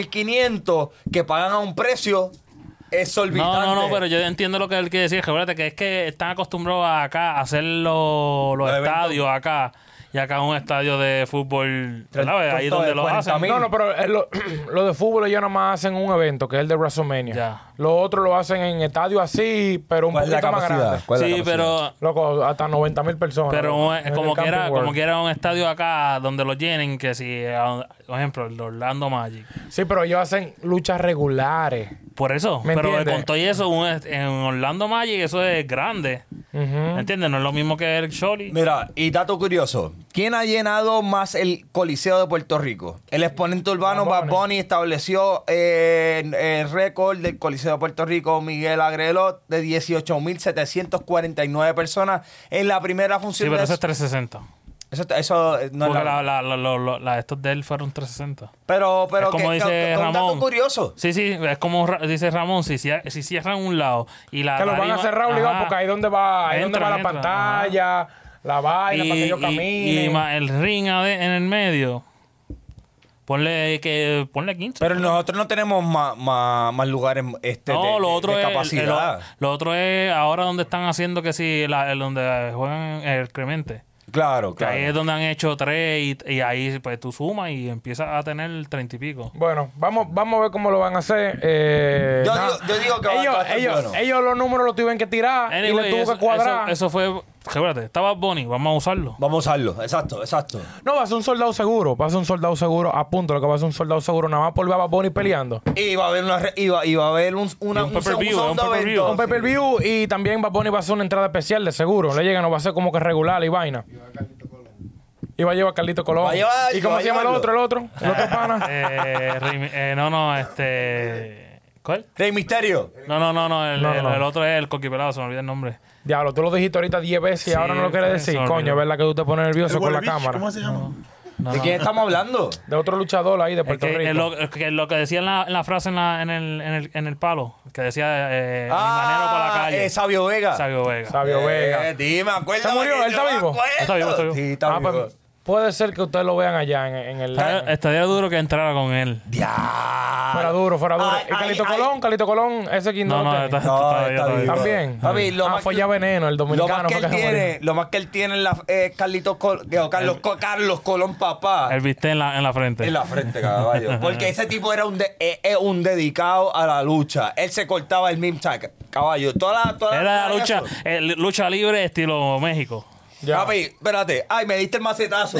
Speaker 1: 18.500 que pagan a un precio exorbitante.
Speaker 5: No, no, no, pero yo entiendo lo que él quiere decir. Que acuérdate que es que están acostumbrados a acá a hacer los, los
Speaker 1: Los eventos.
Speaker 5: estadios acá. Y acá un estadio de fútbol,
Speaker 1: Tre-
Speaker 5: ¿sabes? Ahí
Speaker 1: costo de
Speaker 5: donde lo
Speaker 1: 40
Speaker 5: hacen.
Speaker 1: mil.
Speaker 2: no, no, pero eh, lo, lo de fútbol ellos nada más hacen un evento, que es el de WrestleMania.
Speaker 5: Ya.
Speaker 2: Lo otro lo hacen en estadio así, pero un
Speaker 1: ¿Cuál es la
Speaker 2: poquito más grande.
Speaker 1: capacidad? ¿Cuál es la
Speaker 5: Sí,
Speaker 1: capacidad?
Speaker 5: pero,
Speaker 2: Loco, hasta 90 mil personas.
Speaker 5: pero
Speaker 2: loco,
Speaker 5: un-
Speaker 2: en el
Speaker 5: como
Speaker 2: Camping
Speaker 5: quiera,
Speaker 2: World.
Speaker 5: como quiera un estadio acá donde lo llenen, que si, a- por ejemplo, el Orlando Magic.
Speaker 2: Sí, pero ellos hacen luchas regulares.
Speaker 5: Por eso,
Speaker 2: ¿Me
Speaker 5: pero
Speaker 2: entiendes?
Speaker 5: con todo y eso, un- en Orlando Magic eso es grande.
Speaker 2: Ujú.
Speaker 5: ¿Entiendes? No es lo mismo que el Choli.
Speaker 1: Mira, y dato curioso. ¿Quién ha llenado más el Coliseo de Puerto Rico? El exponente urbano
Speaker 2: Bad
Speaker 1: Bad
Speaker 2: Bunny.
Speaker 1: Bunny estableció eh, el récord del Coliseo de Puerto Rico Miguel Agrelo de 18.749 personas en la primera
Speaker 5: Sí,
Speaker 1: función
Speaker 5: pero
Speaker 1: de
Speaker 5: eso es 360.
Speaker 1: eso, eso, eh, no es
Speaker 5: Porque
Speaker 1: la-
Speaker 5: la, la, la- lo- lo- la- estos de él fueron 360.
Speaker 1: Pero, pero
Speaker 5: es como
Speaker 1: que-
Speaker 5: dice
Speaker 1: que- que un
Speaker 5: Ramón.
Speaker 1: dato curioso.
Speaker 5: Sí, sí, es como Ra- dice Ramón, si, cia- si cierran un lado y la
Speaker 2: Que lo van a
Speaker 5: tarima-
Speaker 2: cerrar obligado
Speaker 5: Ajá.
Speaker 2: porque ahí donde va, ahí donde
Speaker 5: Entra,
Speaker 2: va la
Speaker 5: entra,
Speaker 2: pantalla, la vaina para que ellos caminen.
Speaker 5: y más el ring ade- en el medio. Ponle que ponle 15.
Speaker 1: Pero nosotros no tenemos más, más, más lugares este,
Speaker 5: no,
Speaker 1: de, de-
Speaker 5: lo otro
Speaker 1: de
Speaker 5: es
Speaker 1: capacidad.
Speaker 5: el- lo otro es ahora donde están haciendo que si la, el donde juegan el Cremente.
Speaker 1: claro,
Speaker 5: Que ahí es
Speaker 1: claro.
Speaker 5: donde han hecho tres y, y ahí pues tú sumas y empiezas a tener treinta y pico.
Speaker 2: Bueno, vamos, vamos a ver cómo lo van a hacer. Eh,
Speaker 1: Yo
Speaker 2: nada.
Speaker 1: digo- yo digo que va a
Speaker 2: ellos,
Speaker 1: estar
Speaker 2: ellos,
Speaker 1: bueno.
Speaker 2: ellos los números los tuvieron que tirar Ah, y
Speaker 5: Anyway,
Speaker 2: le tuvo
Speaker 5: eso-
Speaker 2: que cuadrar.
Speaker 5: Eso, eso fue Asegúrate, está Bad Bunny, vamos a usarlo.
Speaker 1: Vamos a usarlo, exacto, exacto.
Speaker 2: No, va a ser un soldado seguro. Va a ser un soldado seguro. A punto lo que va a ser un soldado seguro. Nada más por ver a Bad Bunny peleando.
Speaker 1: Y va a haber, una, re- y va, y va a haber un, una,
Speaker 5: Y un pay-per-view,
Speaker 1: segundo
Speaker 5: un pay-per-view.
Speaker 1: evento.
Speaker 2: Un pay per view y también Bad Bunny va a hacer una entrada especial de seguro. Le llega, no va a ser como que regular y vaina. Y va a llevar a Carlito Colón.
Speaker 1: Va a llevar-
Speaker 2: ¿Y
Speaker 1: va
Speaker 2: cómo
Speaker 1: a
Speaker 2: se llama el
Speaker 1: llevarlo.
Speaker 2: otro? El otro. El otro pana.
Speaker 5: Eh, Rey- eh, no, no, este. ¿Cuál?
Speaker 1: Rey Misterio.
Speaker 5: No, no, no, no, el,
Speaker 2: No, no,
Speaker 5: el-
Speaker 2: no.
Speaker 5: el otro es el coquipelado, se me olvidó el nombre.
Speaker 2: Diablo, tú lo dijiste ahorita 10 veces y
Speaker 5: Sí, eh,
Speaker 2: ahora no lo quieres
Speaker 5: se me
Speaker 2: decir.
Speaker 5: olvidó.
Speaker 2: Coño, es verdad que tú te pones nervioso con la
Speaker 6: Wolverine,
Speaker 2: cámara.
Speaker 6: ¿Cómo se llama?
Speaker 5: No,
Speaker 1: ¿De
Speaker 5: no,
Speaker 1: quién
Speaker 5: no.
Speaker 1: estamos hablando?
Speaker 2: De otro luchador ahí de
Speaker 5: Es
Speaker 2: Puerto
Speaker 5: que,
Speaker 2: Rico.
Speaker 5: es lo, es que lo que decía en la, en la frase en, la- en el, en, el, en el palo, que decía eh, mi manero para la calle.
Speaker 1: eh, Sabio Vega.
Speaker 5: Sabio Vega.
Speaker 2: Ah, Sabio Vega.
Speaker 1: Eh, dime, acuérdame.
Speaker 2: ¿Se murió?
Speaker 1: que
Speaker 2: ¿Él
Speaker 1: yo
Speaker 2: está
Speaker 1: me
Speaker 2: vivo?
Speaker 1: acuerdo.
Speaker 5: Está vivo, está vivo.
Speaker 1: Sí, está
Speaker 2: Ah,
Speaker 1: vivo.
Speaker 2: pues, puede ser que ustedes lo vean allá en, en el.
Speaker 5: Estaría- Estaría duro que entrara con él.
Speaker 1: Ya.
Speaker 2: Fuera duro, fuera duro.
Speaker 1: Ay,
Speaker 2: y Calito
Speaker 1: ay, ay.
Speaker 2: Colón, Calito Colón, ese que
Speaker 5: No,
Speaker 2: lo
Speaker 5: no,
Speaker 2: tiene.
Speaker 5: está,
Speaker 1: No,
Speaker 5: está-
Speaker 1: está
Speaker 5: está-
Speaker 1: vivo.
Speaker 2: También.
Speaker 1: Papi, lo
Speaker 2: ah,
Speaker 1: más
Speaker 2: fue
Speaker 1: que-
Speaker 2: ya veneno, el
Speaker 1: Lo
Speaker 2: dominicano.
Speaker 1: más que
Speaker 2: fue
Speaker 1: él
Speaker 2: se
Speaker 1: tiene,
Speaker 2: murió.
Speaker 1: lo más que él tiene en la eh, Carlitos Col- digo, Carlos, Co- Carlos Colón papá
Speaker 5: El viste en la, en la frente.
Speaker 1: en la frente, caballo. Porque ese tipo era un, de- eh, eh, un dedicado a la lucha. Él se cortaba el meme tag, caballo. Toda la, toda
Speaker 5: Era la
Speaker 1: toda
Speaker 5: lucha,
Speaker 1: eso.
Speaker 5: eh, lucha libre estilo México.
Speaker 2: Ya.
Speaker 1: Papi, espérate. Ay, me diste el macetazo.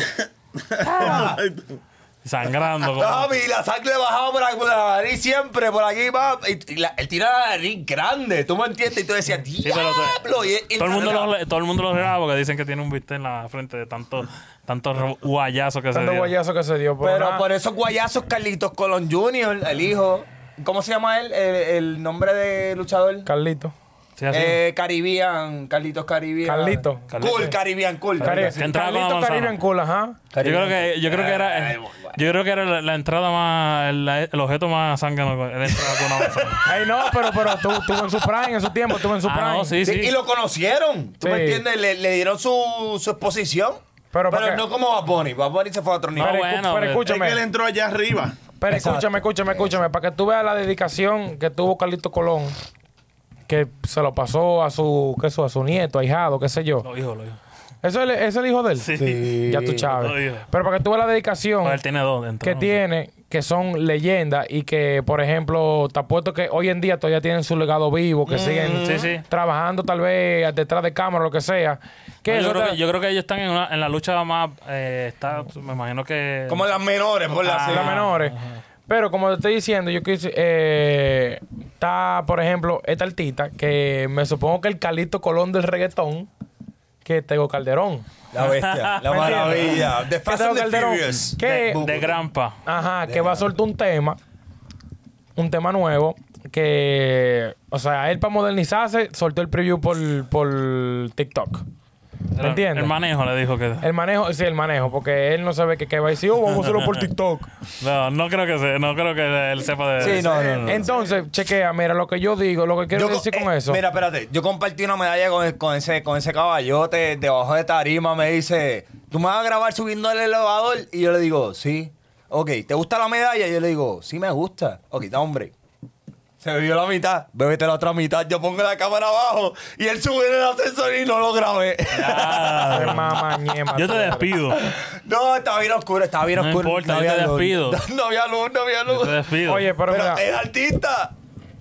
Speaker 5: Sangrando. como-
Speaker 1: Papi, la sangre bajaba por, aquí, por la nariz siempre, por aquí, va. Y, y la- él tiraba la nariz grande, tú me entiendes. Y tú decías,
Speaker 5: Sí, pero te-
Speaker 1: diablo. Y- y-
Speaker 5: todo, el mundo lo, todo el mundo lo graba porque dicen que tiene un viste en la frente de tantos tanto guayazos que se
Speaker 2: Tanto
Speaker 5: dieron.
Speaker 2: guayazo que se dio.
Speaker 1: Pero
Speaker 2: nada.
Speaker 1: por esos guayazos, Carlitos Colón Jr., el hijo. ¿Cómo se llama él? El, el nombre de luchador.
Speaker 2: Carlito.
Speaker 5: Sí, así.
Speaker 1: Eh, Caribbean, Carlitos Caribbean.
Speaker 2: Carlito.
Speaker 1: Cool, Caribbean, cool.
Speaker 2: Cari-
Speaker 5: sí. Entraba con la
Speaker 2: Carlito
Speaker 5: manzana.
Speaker 2: Caribbean Cool, ajá.
Speaker 5: yo creo que yo creo que era
Speaker 1: Ay,
Speaker 5: eh, yo creo que era la, la entrada más la- el objeto más sangrano era entrar con una manzana.
Speaker 2: Ay, no, pero, pero tú, tú en su prime, en su tiempo, tú en su prime.
Speaker 5: Ah, no, sí,
Speaker 1: Sí,
Speaker 5: sí.
Speaker 1: Y lo conocieron, ¿tú
Speaker 2: Sí.
Speaker 1: me entiendes? Le, le dieron su, su exposición. Pero,
Speaker 2: Pero para que-
Speaker 1: no como Bad Bunny. Bad Bunny se fue a otro nivel.
Speaker 2: Pero,
Speaker 5: No,
Speaker 2: escu-
Speaker 5: bueno,
Speaker 2: pero
Speaker 5: eh,
Speaker 6: Es que él
Speaker 2: escúchame,
Speaker 6: entró allá arriba.
Speaker 2: pero escúchame, escúchame, escúchame, para que tú veas la dedicación que tuvo Carlito Colón, que se lo pasó a su, qué sé yo, a su nieto, ahijado, qué sé yo.
Speaker 5: Lo dijo, lo dijo.
Speaker 2: ¿Eso es el, es el hijo de él?
Speaker 5: Sí.
Speaker 2: Ya tú sabes.
Speaker 5: Lo dijo.
Speaker 2: Pero para que tú veas la dedicación
Speaker 5: Pues él tiene dos dentro.
Speaker 2: que
Speaker 5: ¿no?
Speaker 2: tiene, que son leyendas y que, por ejemplo, te apuesto que hoy en día todavía tienen su legado vivo, que siguen
Speaker 5: Mm. Sí, sí.
Speaker 2: trabajando tal vez detrás de cámara, lo que sea. Que
Speaker 5: No,
Speaker 2: eso
Speaker 5: Ah, yo, creo
Speaker 2: te-
Speaker 5: que, yo creo que ellos están en, una- en la lucha más eh, está, me imagino que
Speaker 1: Como las menores, por la
Speaker 5: Ah,
Speaker 2: las
Speaker 1: serie.
Speaker 2: menores. Pero como te estoy diciendo, yo quise, eh, está, por ejemplo, esta artista, que me supongo que el Calito Colón del reggaetón, que es Tego Calderón.
Speaker 1: La bestia, la
Speaker 2: ¿Me entiendes?
Speaker 1: maravilla. The Fast
Speaker 2: Tego
Speaker 1: and the
Speaker 2: Calderón,
Speaker 1: Furious.
Speaker 2: que-
Speaker 5: de Grampa.
Speaker 2: Ajá, que va a soltar un tema, un tema nuevo, que, o sea, él para modernizarse soltó el preview por, por TikTok. ¿Me entiendes? Eh.
Speaker 5: El manejo le dijo que
Speaker 2: El manejo, sí, el manejo, porque él no sabe que qué va a decir, oh, vamos a hacerlo por TikTok.
Speaker 5: no, no creo que se, no creo que él sepa de
Speaker 1: Sí, no, no, no.
Speaker 2: Entonces, chequea, mira, lo que yo digo, lo que quiero
Speaker 1: Yo co-
Speaker 2: decir con
Speaker 1: eh,
Speaker 2: eso.
Speaker 1: Mira, espérate, yo compartí una medalla con, con ese, con ese caballote debajo de tarima. Me dice, ¿tú me vas a grabar subiendo el elevador? Y yo le digo, sí. Ok, ¿te gusta la medalla? Y yo le digo, sí, me gusta. Ok, da hombre. Se bebió la mitad, bebete la otra mitad. Yo pongo la cámara abajo y él sube en el ascensor y no lo grabé.
Speaker 5: Ah,
Speaker 2: Ay, mamá, ñema,
Speaker 5: yo te
Speaker 2: tú.
Speaker 5: despido.
Speaker 1: no, estaba bien oscuro, estaba bien
Speaker 5: No
Speaker 1: oscuro.
Speaker 5: importa, yo
Speaker 1: había
Speaker 5: te
Speaker 1: luz.
Speaker 5: despido.
Speaker 1: No, había luz, no había
Speaker 5: Yo
Speaker 1: luz.
Speaker 5: te despido.
Speaker 2: Oye, pero,
Speaker 1: Pero
Speaker 2: mira,
Speaker 1: el artista.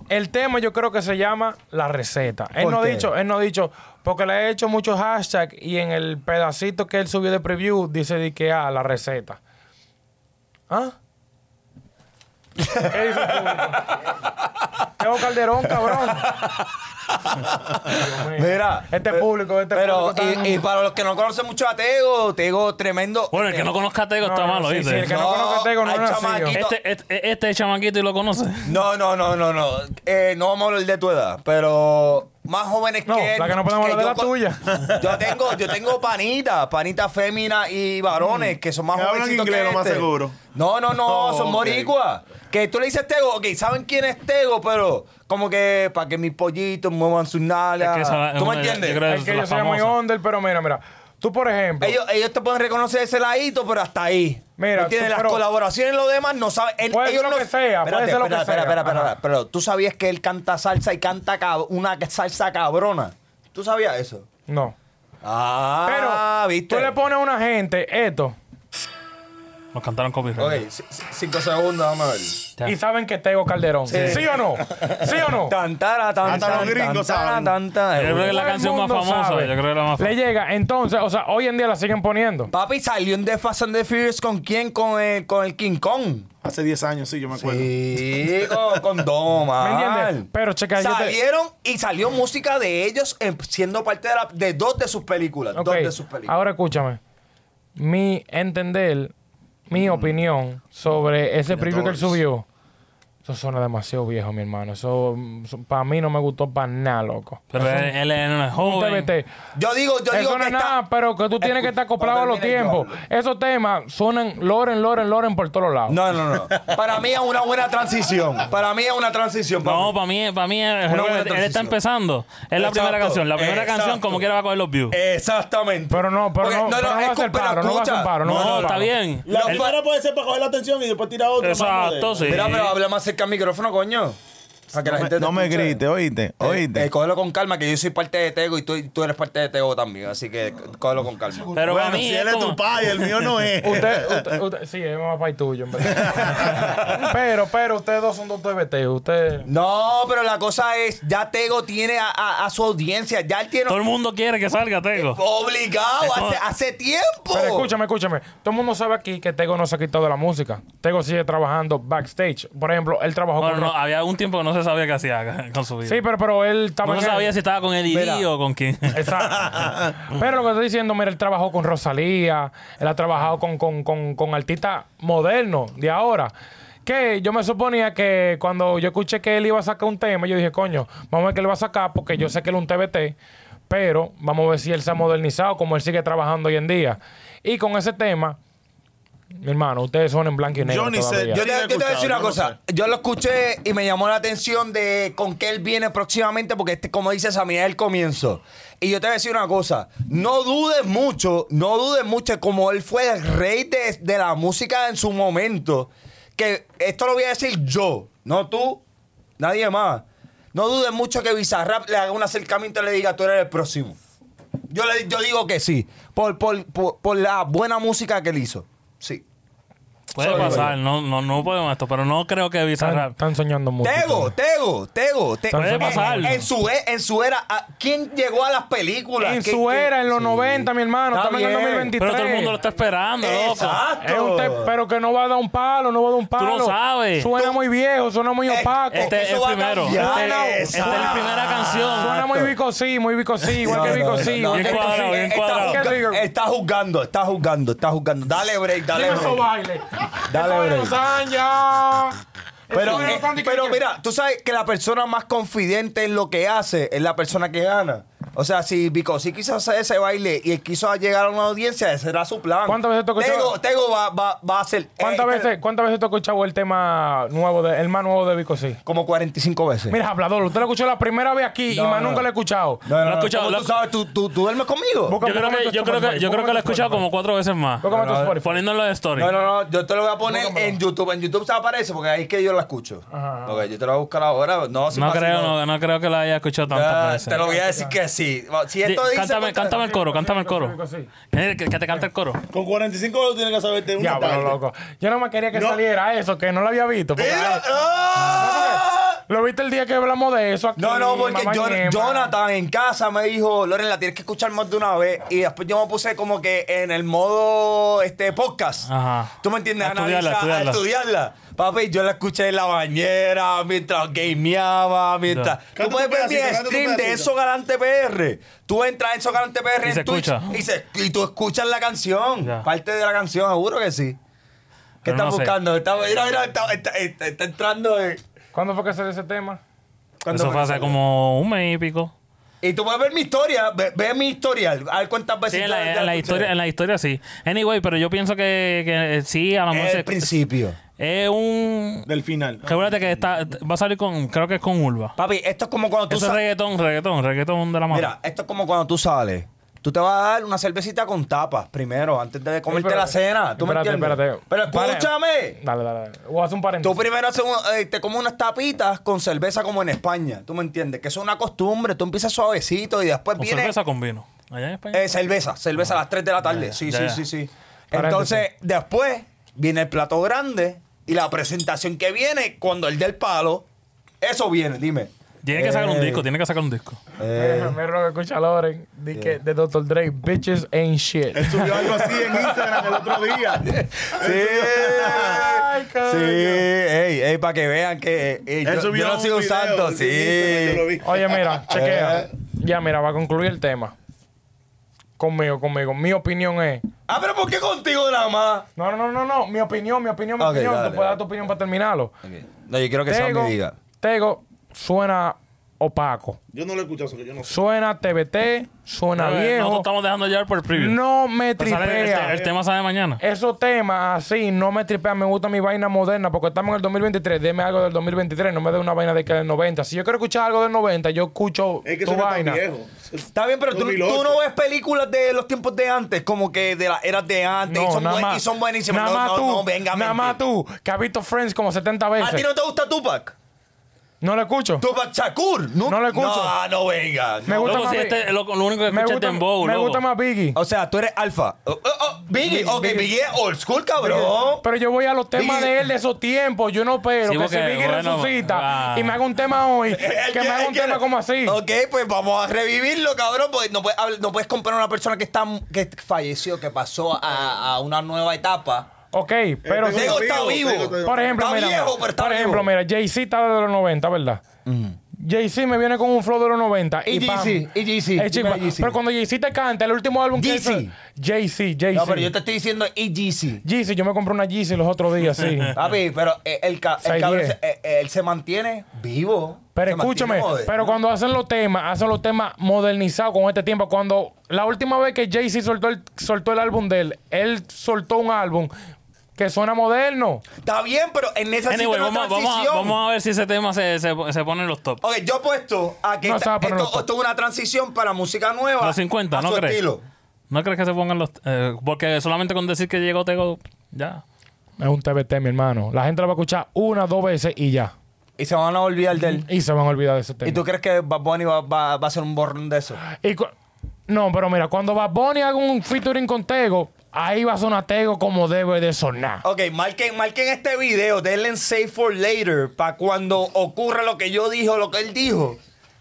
Speaker 2: el tema yo creo que se llama la receta. Él
Speaker 1: ¿Por
Speaker 2: no ha
Speaker 1: qué?
Speaker 2: dicho, él no ha dicho, porque le he hecho muchos hashtags y en el pedacito que él subió de preview dice de que ah, la receta. ¿Ah? ¿Qué dice el público? Teo Calderón, cabrón. Dios mío.
Speaker 1: Mira,
Speaker 2: Este
Speaker 1: pe-
Speaker 2: público, este
Speaker 1: pero,
Speaker 2: público tan-
Speaker 1: Y, y para los que no conocen mucho a Tego, Tego tremendo.
Speaker 5: bueno, el que no conozca a Tego
Speaker 2: eh, No,
Speaker 5: está
Speaker 2: no,
Speaker 5: malo,
Speaker 2: sí,
Speaker 5: ¿viste?
Speaker 2: sí, el que no,
Speaker 1: No,
Speaker 2: conozca a Tego no
Speaker 1: hay
Speaker 2: es
Speaker 1: chamaquito.
Speaker 5: Este, este, este es chamaquito y lo conoce.
Speaker 1: No, no, no, no, no. Eh, no vamos a hablar de tu edad, pero más jóvenes
Speaker 2: No,
Speaker 1: que él.
Speaker 2: la que no podemos hablar de
Speaker 1: yo
Speaker 2: la
Speaker 1: con-
Speaker 2: tuya.
Speaker 1: Yo tengo, yo tengo panitas, panitas féminas y
Speaker 2: Mm.
Speaker 1: varones que son más
Speaker 6: Que hablan
Speaker 1: jovencitos
Speaker 6: inglés,
Speaker 1: que
Speaker 6: lo más
Speaker 1: este.
Speaker 6: seguro.
Speaker 1: No, no, no,
Speaker 6: Oh,
Speaker 1: son
Speaker 6: ok.
Speaker 1: moricuas. Que tú le dices Tego, ok, saben quién es Tego, pero como que para que mis pollitos muevan sus nalas.
Speaker 5: Es que esa- es
Speaker 1: ¿Tú me
Speaker 5: una-
Speaker 1: entiendes?
Speaker 5: yo creo
Speaker 2: Es que
Speaker 5: la
Speaker 2: yo soy muy
Speaker 5: famosa.
Speaker 2: under, pero mira, mira. Tú, por ejemplo.
Speaker 1: Ellos, ellos te pueden reconocer ese ladito, pero hasta ahí.
Speaker 2: Mira,
Speaker 1: ¿Me entiendes?
Speaker 2: tú-
Speaker 1: Las
Speaker 2: pero-
Speaker 1: colaboraciones y lo demás no saben. Él-
Speaker 2: Puede
Speaker 1: ellos
Speaker 2: ser lo
Speaker 1: no-
Speaker 2: que sea, puede ser lo que
Speaker 1: espera,
Speaker 2: sea.
Speaker 1: Espera, espera,
Speaker 2: Ajá.
Speaker 1: espera. Pero tú sabías que él canta salsa y canta cab- una salsa cabrona. ¿Tú sabías eso?
Speaker 2: No.
Speaker 1: Ah,
Speaker 2: Pero
Speaker 5: Ah,
Speaker 1: ¿viste?
Speaker 2: tú le pones a una gente esto.
Speaker 5: Nos cantaron copyright.
Speaker 1: Ok, c- c- cinco segundos, vamos a ver.
Speaker 5: Ya.
Speaker 2: Y saben que Tego Calderón. Sí. o no? ¿Sí o no?
Speaker 1: Tantara, tantara,
Speaker 6: Hasta los gringos saben.
Speaker 5: Yo creo que es
Speaker 2: Todo
Speaker 5: la
Speaker 2: el
Speaker 5: canción más
Speaker 2: mundo
Speaker 5: famosa.
Speaker 2: sabe.
Speaker 5: Yo creo que es la más famosa.
Speaker 2: Le llega, entonces, o sea, hoy en día la siguen poniendo.
Speaker 1: Papi, salió un The Fast and the Furious con quién? Con el, con el King Kong.
Speaker 6: Hace 10 años, sí, yo me acuerdo.
Speaker 1: Sí, con, con Doma.
Speaker 2: ¿Me entiendes? Pero, checa, yo te-
Speaker 1: Salieron y salió música de ellos en- siendo parte de, la- de dos de sus películas.
Speaker 2: Ok,
Speaker 1: Dos de sus películas.
Speaker 2: Ahora escúchame. Mi entender, mi opinión sobre ese preview que él subió, eso suena demasiado viejo, mi hermano. Eso, para mí no me gustó para nada, loco.
Speaker 5: Pero él, él es- no es
Speaker 2: Un
Speaker 5: joven.
Speaker 2: TBT.
Speaker 1: yo digo, yo digo
Speaker 2: Eso
Speaker 1: que
Speaker 2: no es
Speaker 1: está-
Speaker 2: nada, pero que tú tienes que estar acoplado a los
Speaker 1: Cuando termine, yo
Speaker 2: tiempos. Esos temas suenan loren, loren, loren por todos lados.
Speaker 1: No, no, no. Para mí es una buena transición. Para mí es una transición.
Speaker 5: No,
Speaker 1: papi.
Speaker 5: para mí, para mí él,
Speaker 1: buena
Speaker 5: él está
Speaker 1: transición.
Speaker 5: empezando. Es la
Speaker 1: Exacto,
Speaker 5: primera canción. La primera
Speaker 1: exacto.
Speaker 5: canción, como quiera, va a coger los views.
Speaker 2: Eh,
Speaker 1: Exactamente.
Speaker 2: Pero no, pero
Speaker 1: Porque-
Speaker 2: no, pero no va a
Speaker 1: escu-
Speaker 2: ser
Speaker 1: pero
Speaker 2: paro, no va a ser
Speaker 1: escucha.
Speaker 2: paro, no va a
Speaker 5: No,
Speaker 2: ser
Speaker 5: está
Speaker 2: paro.
Speaker 5: bien.
Speaker 6: La
Speaker 5: Él-
Speaker 6: primera puede ser para coger la atención y después tirar otra. más
Speaker 5: Exacto,
Speaker 6: moderna.
Speaker 5: sí.
Speaker 1: Mira, pero habla más cerca al micrófono, coño. Para que la gente te
Speaker 7: No me
Speaker 1: escuche.
Speaker 7: grites, oíste,
Speaker 1: Eh,
Speaker 7: oíste.
Speaker 1: eh, cógelo con calma, que yo soy parte de Tego y tú, tú eres parte de Tego también. Así que cógelo con calma.
Speaker 5: Pero
Speaker 6: bueno,
Speaker 5: para mí
Speaker 6: si
Speaker 5: es
Speaker 6: él es
Speaker 5: como-
Speaker 6: tu padre, el mío no es.
Speaker 2: Usted, usted, usted- sí, es más país tuyo, en verdad. pero, pero, ustedes dos son dos TBT. Usted.
Speaker 1: No, pero la cosa es, ya Tego tiene a, a- a su audiencia, ya él tiene
Speaker 5: todo el mundo quiere que salga, Tego.
Speaker 1: obligado hace, hace tiempo.
Speaker 2: Pero escúchame, escúchame. Todo el mundo sabe aquí que Tego no se ha quitado de la música. Tego sigue trabajando backstage. Por ejemplo, él trabajó
Speaker 5: Bueno,
Speaker 2: con.
Speaker 5: no, ah, había un tiempo que no se sabía qué hacía con su vida.
Speaker 2: Sí, pero, pero él estaba.
Speaker 5: no se
Speaker 2: en el-
Speaker 5: sabía si estaba con el ID
Speaker 1: Mira.
Speaker 5: o con quién.
Speaker 2: Exacto. Pero lo que estoy diciendo, mira, él trabajó con Rosalía, él ha trabajado con, con, con, con artistas modernos de ahora. Que yo me suponía que cuando yo escuché que él iba a sacar un tema, yo dije, coño, vamos a ver qué él va a sacar, porque yo sé que él es un TBT, pero vamos a ver si él se ha modernizado, como él sigue trabajando hoy en día. Y con ese tema, mi hermano, ustedes son en blanco y negro.
Speaker 6: Yo ni sé,
Speaker 2: todavía.
Speaker 1: Yo
Speaker 6: yo
Speaker 1: te,
Speaker 6: ni lo
Speaker 1: yo
Speaker 6: he
Speaker 1: te voy a decir
Speaker 6: escuchado,
Speaker 1: una
Speaker 6: yo no
Speaker 1: cosa. Yo lo escuché y me llamó la atención de con qué él viene próximamente, porque este, como dices, a mí es el comienzo. Y yo te voy a decir una cosa. No dudes mucho, no dudes mucho, como él fue el rey de, de la música en su momento, que esto lo voy a decir yo, no tú, nadie más. No dudes mucho que Bizarrap le haga un acercamiento y le diga, tú eres el próximo. Yo, le, yo digo que sí, por, por, por, por la buena música que él hizo. Sí.
Speaker 5: Puede pasar, no, no, no podemos esto, pero no creo que
Speaker 2: están,
Speaker 5: Bizarrap.
Speaker 2: están soñando mucho.
Speaker 1: Tego, Tego, Tego. te-
Speaker 2: Puede
Speaker 1: en-
Speaker 5: pasar.
Speaker 1: En, su, e- en su era, ¿a- ¿quién llegó a las películas?
Speaker 2: En
Speaker 1: ¿Qué-
Speaker 2: su
Speaker 1: qué-
Speaker 2: era, en los
Speaker 1: Sí.
Speaker 2: 90, mi hermano,
Speaker 1: Está
Speaker 2: estamos en el
Speaker 1: bien.
Speaker 2: 2023.
Speaker 5: Pero todo el mundo lo está esperando, loco.
Speaker 1: Exacto.
Speaker 2: Es un te- pero que no va a dar un palo, no va a dar un palo.
Speaker 5: lo sabes.
Speaker 2: Suena
Speaker 1: Tú-
Speaker 2: muy viejo, suena muy
Speaker 1: Eh,
Speaker 2: opaco.
Speaker 5: Este es
Speaker 1: Eso
Speaker 5: el
Speaker 1: va a
Speaker 5: primero. Este,
Speaker 1: cambiar.
Speaker 5: esta es la
Speaker 1: Exacto.
Speaker 5: primera
Speaker 2: suena
Speaker 5: canción.
Speaker 2: muy bicosí, muy bicosí, igual
Speaker 1: Ah. No,
Speaker 2: que Este
Speaker 1: no, no,
Speaker 2: bicosí.
Speaker 1: no, este
Speaker 2: igual
Speaker 5: bien
Speaker 2: que
Speaker 5: cuadrado,
Speaker 2: bicosí.
Speaker 5: bien
Speaker 1: Está
Speaker 5: cuadrado.
Speaker 2: ¿Qué digo?
Speaker 1: juzga- Está jugando, está jugando, está jugando. Dale break, dale
Speaker 2: Dime esos
Speaker 1: break.
Speaker 2: bailes.
Speaker 1: Dale
Speaker 2: Esos
Speaker 1: break.
Speaker 2: bailes usan ya.
Speaker 1: Pero,
Speaker 2: Esos bailes
Speaker 1: eh,
Speaker 2: usan de que-
Speaker 1: pero
Speaker 2: que-
Speaker 1: mira, tú sabes que la persona más confidente en lo que hace es la persona que gana. O sea, si Bicosi quiso hacer ese baile y él quiso llegar a una audiencia, ese era su plan.
Speaker 2: ¿Cuántas veces te escuchaba?
Speaker 1: Tego, Tego va, va, va a hacer.
Speaker 2: ¿Cuántas
Speaker 1: eh,
Speaker 2: veces, ¿Cuántas veces tú has escuchado el tema nuevo, de, el más nuevo de Bicosí?
Speaker 1: Como 45 veces.
Speaker 2: Mira, hablador, usted lo escuchó la primera vez aquí y
Speaker 1: No,
Speaker 2: más
Speaker 1: no.
Speaker 2: nunca lo he escuchado.
Speaker 1: No, no,
Speaker 5: Lo he
Speaker 1: no,
Speaker 5: escuchado,
Speaker 1: ¿cómo
Speaker 5: lo-
Speaker 1: tú, sabes, ¿Tú, tú, tú duermes conmigo?
Speaker 2: Busca- este
Speaker 5: Yo creo que, yo creo que, yo creo que lo he escuchado como cuatro veces más.
Speaker 2: Búscame tu
Speaker 1: No, no,
Speaker 2: este Spotify.
Speaker 5: Poniéndolo de story.
Speaker 1: No, no, no, yo te lo voy a poner en YouTube. En YouTube se aparece porque ahí es que yo la escucho. Ok, yo te lo voy a buscar ahora. No, si
Speaker 5: No
Speaker 1: pasa,
Speaker 5: creo, no, no creo que la haya escuchado tantas
Speaker 1: Ah,
Speaker 5: veces.
Speaker 1: Te lo voy a decir que sí. Si
Speaker 5: Di-
Speaker 1: esto dice.
Speaker 5: cántame,
Speaker 1: contra-
Speaker 5: cántame el coro, cántame el coro.
Speaker 2: Bicosí.
Speaker 5: Eh, Que, que te cante el coro.
Speaker 6: Con 45 lo tienes que saberte una
Speaker 2: Diablo,
Speaker 6: parte.
Speaker 2: loco. Yo no me quería que saliera eso, que no lo había visto. porque-
Speaker 1: Mira, ah.
Speaker 2: Lo viste el día que hablamos de eso aquí.
Speaker 1: No, no, porque
Speaker 2: mamá
Speaker 1: Jon-
Speaker 2: ñema.
Speaker 1: Jonathan en casa me dijo, Loren, la tienes que escuchar más de una vez. Y después yo me puse como que en el modo este podcast.
Speaker 5: Ajá.
Speaker 1: ¿Tú me entiendes?
Speaker 5: A estudiarla,
Speaker 1: Analiza-
Speaker 5: a estudiarla.
Speaker 1: a estudiarla. Papi, yo la escuché en la bañera, mientras gameaba, mientras... Tú
Speaker 6: Canta
Speaker 1: puedes
Speaker 6: tu
Speaker 1: ver mi
Speaker 6: pedacito, canta tu
Speaker 1: stream de
Speaker 6: pedacito.
Speaker 1: Eso Galante PR. Tú entras en Eso Galante PR
Speaker 5: Y
Speaker 1: en
Speaker 5: se
Speaker 1: Twitch
Speaker 5: escucha.
Speaker 1: Y, se- y tú escuchas la canción,
Speaker 5: Ya.
Speaker 1: parte de la canción, seguro que sí. ¿Qué
Speaker 5: Pero
Speaker 1: estás
Speaker 5: no sé.
Speaker 1: buscando? Está, mira, mira, está, está- está- está entrando... eh.
Speaker 2: ¿Cuándo fue que salió ese tema?
Speaker 5: Eso fue hace como un mes y pico.
Speaker 1: Y tú puedes ver mi historia, ve, ve mi historial, a ver cuántas veces...
Speaker 5: Sí, en
Speaker 1: ya-
Speaker 5: la,
Speaker 1: ya
Speaker 5: en la
Speaker 1: escuché.
Speaker 5: historia, en la historia sí. Anyway, pero yo pienso que, que, eh, sí, a lo mejor
Speaker 1: El
Speaker 5: se-
Speaker 1: principio.
Speaker 5: es un.
Speaker 6: Del final.
Speaker 5: Recuérdate que está, va a salir con. Creo que es con Urba.
Speaker 1: Papi, esto es como cuando tú...
Speaker 5: Eso es
Speaker 1: sa-
Speaker 5: reggaetón, reggaetón, reggaetón de la mano.
Speaker 1: Mira, esto es como cuando tú sales. Tú te vas a dar una cervecita con tapas primero, antes de comerte la
Speaker 2: Espérate,
Speaker 1: cena. ¿Tú
Speaker 2: espérate,
Speaker 1: me entiendes?
Speaker 2: espérate.
Speaker 1: Pero
Speaker 2: Pare-
Speaker 1: escúchame.
Speaker 2: Dale, dale, dale. O haz un
Speaker 1: Tú
Speaker 2: paréntesis.
Speaker 1: primero haces un- eh, te comes unas tapitas con cerveza como en España. ¿Tú me entiendes? Que eso es una costumbre. Tú empiezas suavecito y después
Speaker 5: con
Speaker 1: viene...
Speaker 5: cerveza con vino. Allá en España.
Speaker 1: Eh, cerveza, cerveza a las 3 de la tarde. sí,
Speaker 5: ya,
Speaker 1: sí,
Speaker 5: ya.
Speaker 1: sí, sí.
Speaker 2: Paréntesis.
Speaker 1: Entonces, después viene el plato grande y la presentación que viene cuando el del palo, eso viene, dime.
Speaker 5: Tiene que sacar un
Speaker 1: Eh,
Speaker 5: disco, tiene que sacar un disco.
Speaker 1: eh,
Speaker 2: Mira lo que escucha Loren. Dice que de Dr. Dre, bitches ain't shit.
Speaker 6: Él subió algo así en Instagram el otro día.
Speaker 1: sí.
Speaker 2: Ay,
Speaker 1: Sí,
Speaker 2: coño.
Speaker 1: ey, ey, para que vean que eh,
Speaker 6: Él
Speaker 1: yo,
Speaker 6: subió
Speaker 1: yo no soy un
Speaker 6: video
Speaker 1: santo,
Speaker 6: en
Speaker 1: sí.
Speaker 6: Instagram, yo lo vi.
Speaker 2: Oye, mira,
Speaker 1: Eh.
Speaker 2: chequea. Ya, mira, va a concluir el tema. Conmigo, conmigo. Mi opinión es.
Speaker 1: Ah, pero ¿por qué contigo nada más?
Speaker 2: No, no, no, no, no. Mi opinión, mi opinión, mi
Speaker 1: Ok,
Speaker 2: opinión.
Speaker 1: dale,
Speaker 2: Tú puedes
Speaker 1: dale.
Speaker 2: dar tu opinión para terminarlo.
Speaker 1: No, yo quiero que Sammy
Speaker 2: Tego,
Speaker 1: diga.
Speaker 2: Tego suena opaco.
Speaker 6: Yo no lo he escuchado, eso que yo no sé.
Speaker 2: Suena TBT, suena
Speaker 5: Eh, Nosotros
Speaker 2: viejo.
Speaker 5: estamos dejando llevar por el preview.
Speaker 2: No me
Speaker 5: Pero sale- el, este.
Speaker 2: tripea. Eh,
Speaker 5: el tema sale mañana.
Speaker 2: Esos temas así no me tripean, me gusta mi vaina moderna porque estamos en el 2023. Deme algo del 2023, no me dé una vaina de que del 90. Si yo quiero escuchar algo del 90, yo escucho
Speaker 6: Es que
Speaker 2: tu
Speaker 6: eso no
Speaker 2: vaina.
Speaker 6: está viejo.
Speaker 1: Está bien, pero tú,
Speaker 6: 2008.
Speaker 1: tú no ves películas de los tiempos de antes, como que de las eras de antes, y, son buen- y son buenísimas.
Speaker 2: Nada
Speaker 1: no,
Speaker 2: más
Speaker 1: no,
Speaker 2: tú,
Speaker 1: no, venga, Ah,
Speaker 2: nada más
Speaker 1: mentir.
Speaker 2: tú, que has visto Friends como 70
Speaker 1: ¿A ti
Speaker 2: veces.
Speaker 1: no te gusta Tupac?
Speaker 2: No lo escucho.
Speaker 1: Tupac Shakur. No,
Speaker 2: No lo escucho.
Speaker 1: No, no venga.
Speaker 2: Me
Speaker 1: no.
Speaker 2: gusta
Speaker 5: Loco,
Speaker 2: más
Speaker 5: si
Speaker 2: Bi-
Speaker 5: este- lo, lo único que
Speaker 2: me
Speaker 5: escucha es
Speaker 2: gusta,
Speaker 5: Dembow,
Speaker 2: me
Speaker 5: loco.
Speaker 2: gusta más Biggie.
Speaker 1: O sea, tú eres alfa. Oh, oh, oh, Biggie, ok, Biggie. es old school, cabrón.
Speaker 2: Pero yo voy a los temas
Speaker 1: Biggie.
Speaker 2: de él de esos tiempos. Yo no espero
Speaker 5: Sí,
Speaker 2: que
Speaker 5: porque,
Speaker 2: se Biggie
Speaker 5: bueno,
Speaker 2: resucita
Speaker 5: ah.
Speaker 2: y me haga un tema hoy.
Speaker 1: Él
Speaker 2: que me
Speaker 1: quiere-
Speaker 2: haga
Speaker 1: él
Speaker 2: un
Speaker 1: quiere-
Speaker 2: tema como así.
Speaker 1: Ok, pues vamos a revivirlo, cabrón. Porque no puedes, habl- no puedes comprar a una persona que está que falleció, que pasó a, a una nueva etapa.
Speaker 2: Ok, pero.
Speaker 6: Tego
Speaker 1: Tego
Speaker 6: está
Speaker 1: está vivo.
Speaker 6: vivo, Tego está
Speaker 2: Por ejemplo,
Speaker 1: Está
Speaker 2: mira,
Speaker 1: viejo, Mm.
Speaker 2: mira,
Speaker 1: pero está
Speaker 2: por
Speaker 1: vivo.
Speaker 2: ejemplo, mira, Jay-Z está de los 90, ¿verdad? Jay-Z me viene con un flow de los 90. Y
Speaker 1: Y
Speaker 2: pam.
Speaker 1: Jay-Z, y Jay-Z,
Speaker 2: Eh, chico,
Speaker 1: dime Jay-Z.
Speaker 2: Pero cuando Jay-Z te canta, el último álbum que
Speaker 1: Jay-Z.
Speaker 2: hizo- Jay-Z, Jay-Z.
Speaker 1: No, pero yo te estoy diciendo EGC.
Speaker 2: Yeezy, yo me compré una Yeezy los otros días, sí.
Speaker 1: Papi, pero eh, el, ca- el
Speaker 2: Seis,
Speaker 1: cabrón,
Speaker 2: diez.
Speaker 1: se- eh, él se mantiene vivo.
Speaker 2: Pero
Speaker 1: Se
Speaker 2: escúchame,
Speaker 1: mantiene moderno.
Speaker 2: pero cuando hacen los temas, hacen los temas modernizados con este tiempo. Cuando la última vez que Jay-Z soltó el, soltó el álbum de él, él soltó un álbum que suena moderno.
Speaker 1: Está bien, pero él necesita
Speaker 5: Anyway,
Speaker 1: una
Speaker 5: vamos, vamos a,
Speaker 1: transición.
Speaker 5: vamos a ver si ese tema se, se, se pone en los top.
Speaker 1: Ok, yo apuesto a que
Speaker 2: No
Speaker 1: esta-
Speaker 2: se va a poner
Speaker 1: esto,
Speaker 2: los top.
Speaker 1: esto es una transición para música nueva.
Speaker 5: Los 50,
Speaker 1: a
Speaker 5: ¿no
Speaker 1: su
Speaker 5: crees?
Speaker 1: estilo.
Speaker 5: ¿No crees que se pongan los.? eh, porque solamente con decir que llegó Tego, ya.
Speaker 2: Es un TBT, mi hermano. La gente lo va a escuchar una, dos veces y ya.
Speaker 1: Y se van a olvidar de él.
Speaker 2: Y se van a olvidar de ese tema.
Speaker 1: ¿Y tú crees que Bad Bunny va, va- va a hacer un borrón de eso?
Speaker 2: Y cu- no, pero mira, cuando Bad Bunny haga un featuring con Tego, ahí va a sonar Tego como debe de sonar.
Speaker 1: Ok, marquen, marquen este video, denle save for later, para cuando ocurra lo que yo dije o lo que él dijo,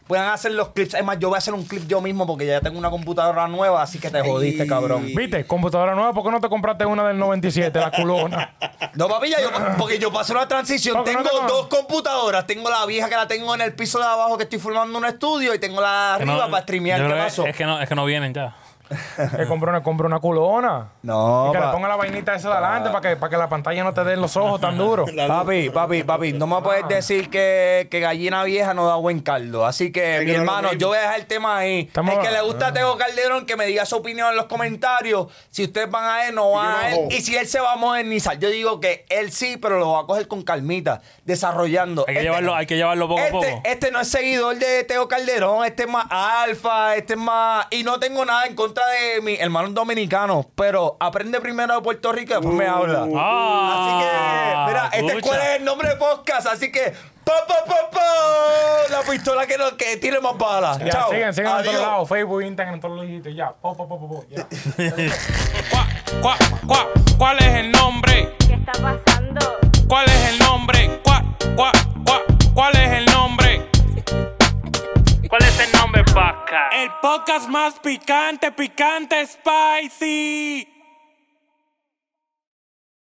Speaker 1: puedan hacer los clips. Es más, yo voy a hacer un clip yo mismo porque ya tengo una computadora nueva, así que te jodiste, cabrón.
Speaker 2: ¿Viste? Computadora nueva, ¿por qué no te compraste una del 97, la culona?
Speaker 1: No, papi, ya yo, porque yo pasé una transición.
Speaker 2: Porque no
Speaker 1: Tengo
Speaker 2: tengo-
Speaker 1: dos computadoras. Tengo la vieja que la tengo en el piso de abajo que estoy formando un estudio y tengo la
Speaker 5: Que
Speaker 1: arriba
Speaker 5: no-
Speaker 1: para streamear.
Speaker 5: yo
Speaker 1: ¿Qué
Speaker 5: creo que-
Speaker 1: pasó?
Speaker 5: Es que, no, es que no vienen ya.
Speaker 2: Que compra una, compra una culona.
Speaker 1: No,
Speaker 2: Y que le
Speaker 1: pa-
Speaker 2: ponga la vainita esa de adelante para que, para que la pantalla no te dé en los ojos tan duro.
Speaker 1: Papi, papi, papi, no me puedes decir que, que gallina vieja no da buen caldo. Así que, mi
Speaker 6: no es lo
Speaker 1: hermano,
Speaker 6: mismo.
Speaker 1: yo voy a dejar el tema ahí.
Speaker 2: Estamos-
Speaker 1: el que le gusta a Tego Calderón, que me diga su opinión en los comentarios. Si ustedes van a él, no van
Speaker 6: yo no
Speaker 1: a él.
Speaker 6: jodo.
Speaker 1: Y si él se va a modernizar. Yo digo que él sí, pero lo va a coger con calmita, desarrollando.
Speaker 5: Hay que llevarlo- hay que llevarlo poco a
Speaker 1: este-
Speaker 5: poco.
Speaker 1: Este no es seguidor de Teo Calderón, este es más alfa, este es más... Y no tengo nada en contra de mis hermanos dominicanos, pero aprende primero de Puerto Rico y después
Speaker 6: Uh.
Speaker 1: me habla.
Speaker 5: Ah,
Speaker 1: Uh, Así que, mira, este
Speaker 5: escucha.
Speaker 1: cuál es el nombre de podcast, así que pa pa pa pa la pistola que, no- que tiene más balas.
Speaker 2: Ya,
Speaker 1: Chao.
Speaker 2: sigan, sigan en
Speaker 1: Adiós.
Speaker 2: todos lados. Facebook, Instagram, en todos los sitios. Ya, po, po, po, po, po, ya.
Speaker 4: Cuá, cuá, cuá, ¿cuál es el nombre?
Speaker 7: ¿Qué está pasando?
Speaker 4: ¿Cuál es el nombre? Cuá, cuá, cuá, ¿cuál es el nombre?
Speaker 3: ¿Cuál es el nombre, vaca?
Speaker 4: El podcast más picante, picante, spicy.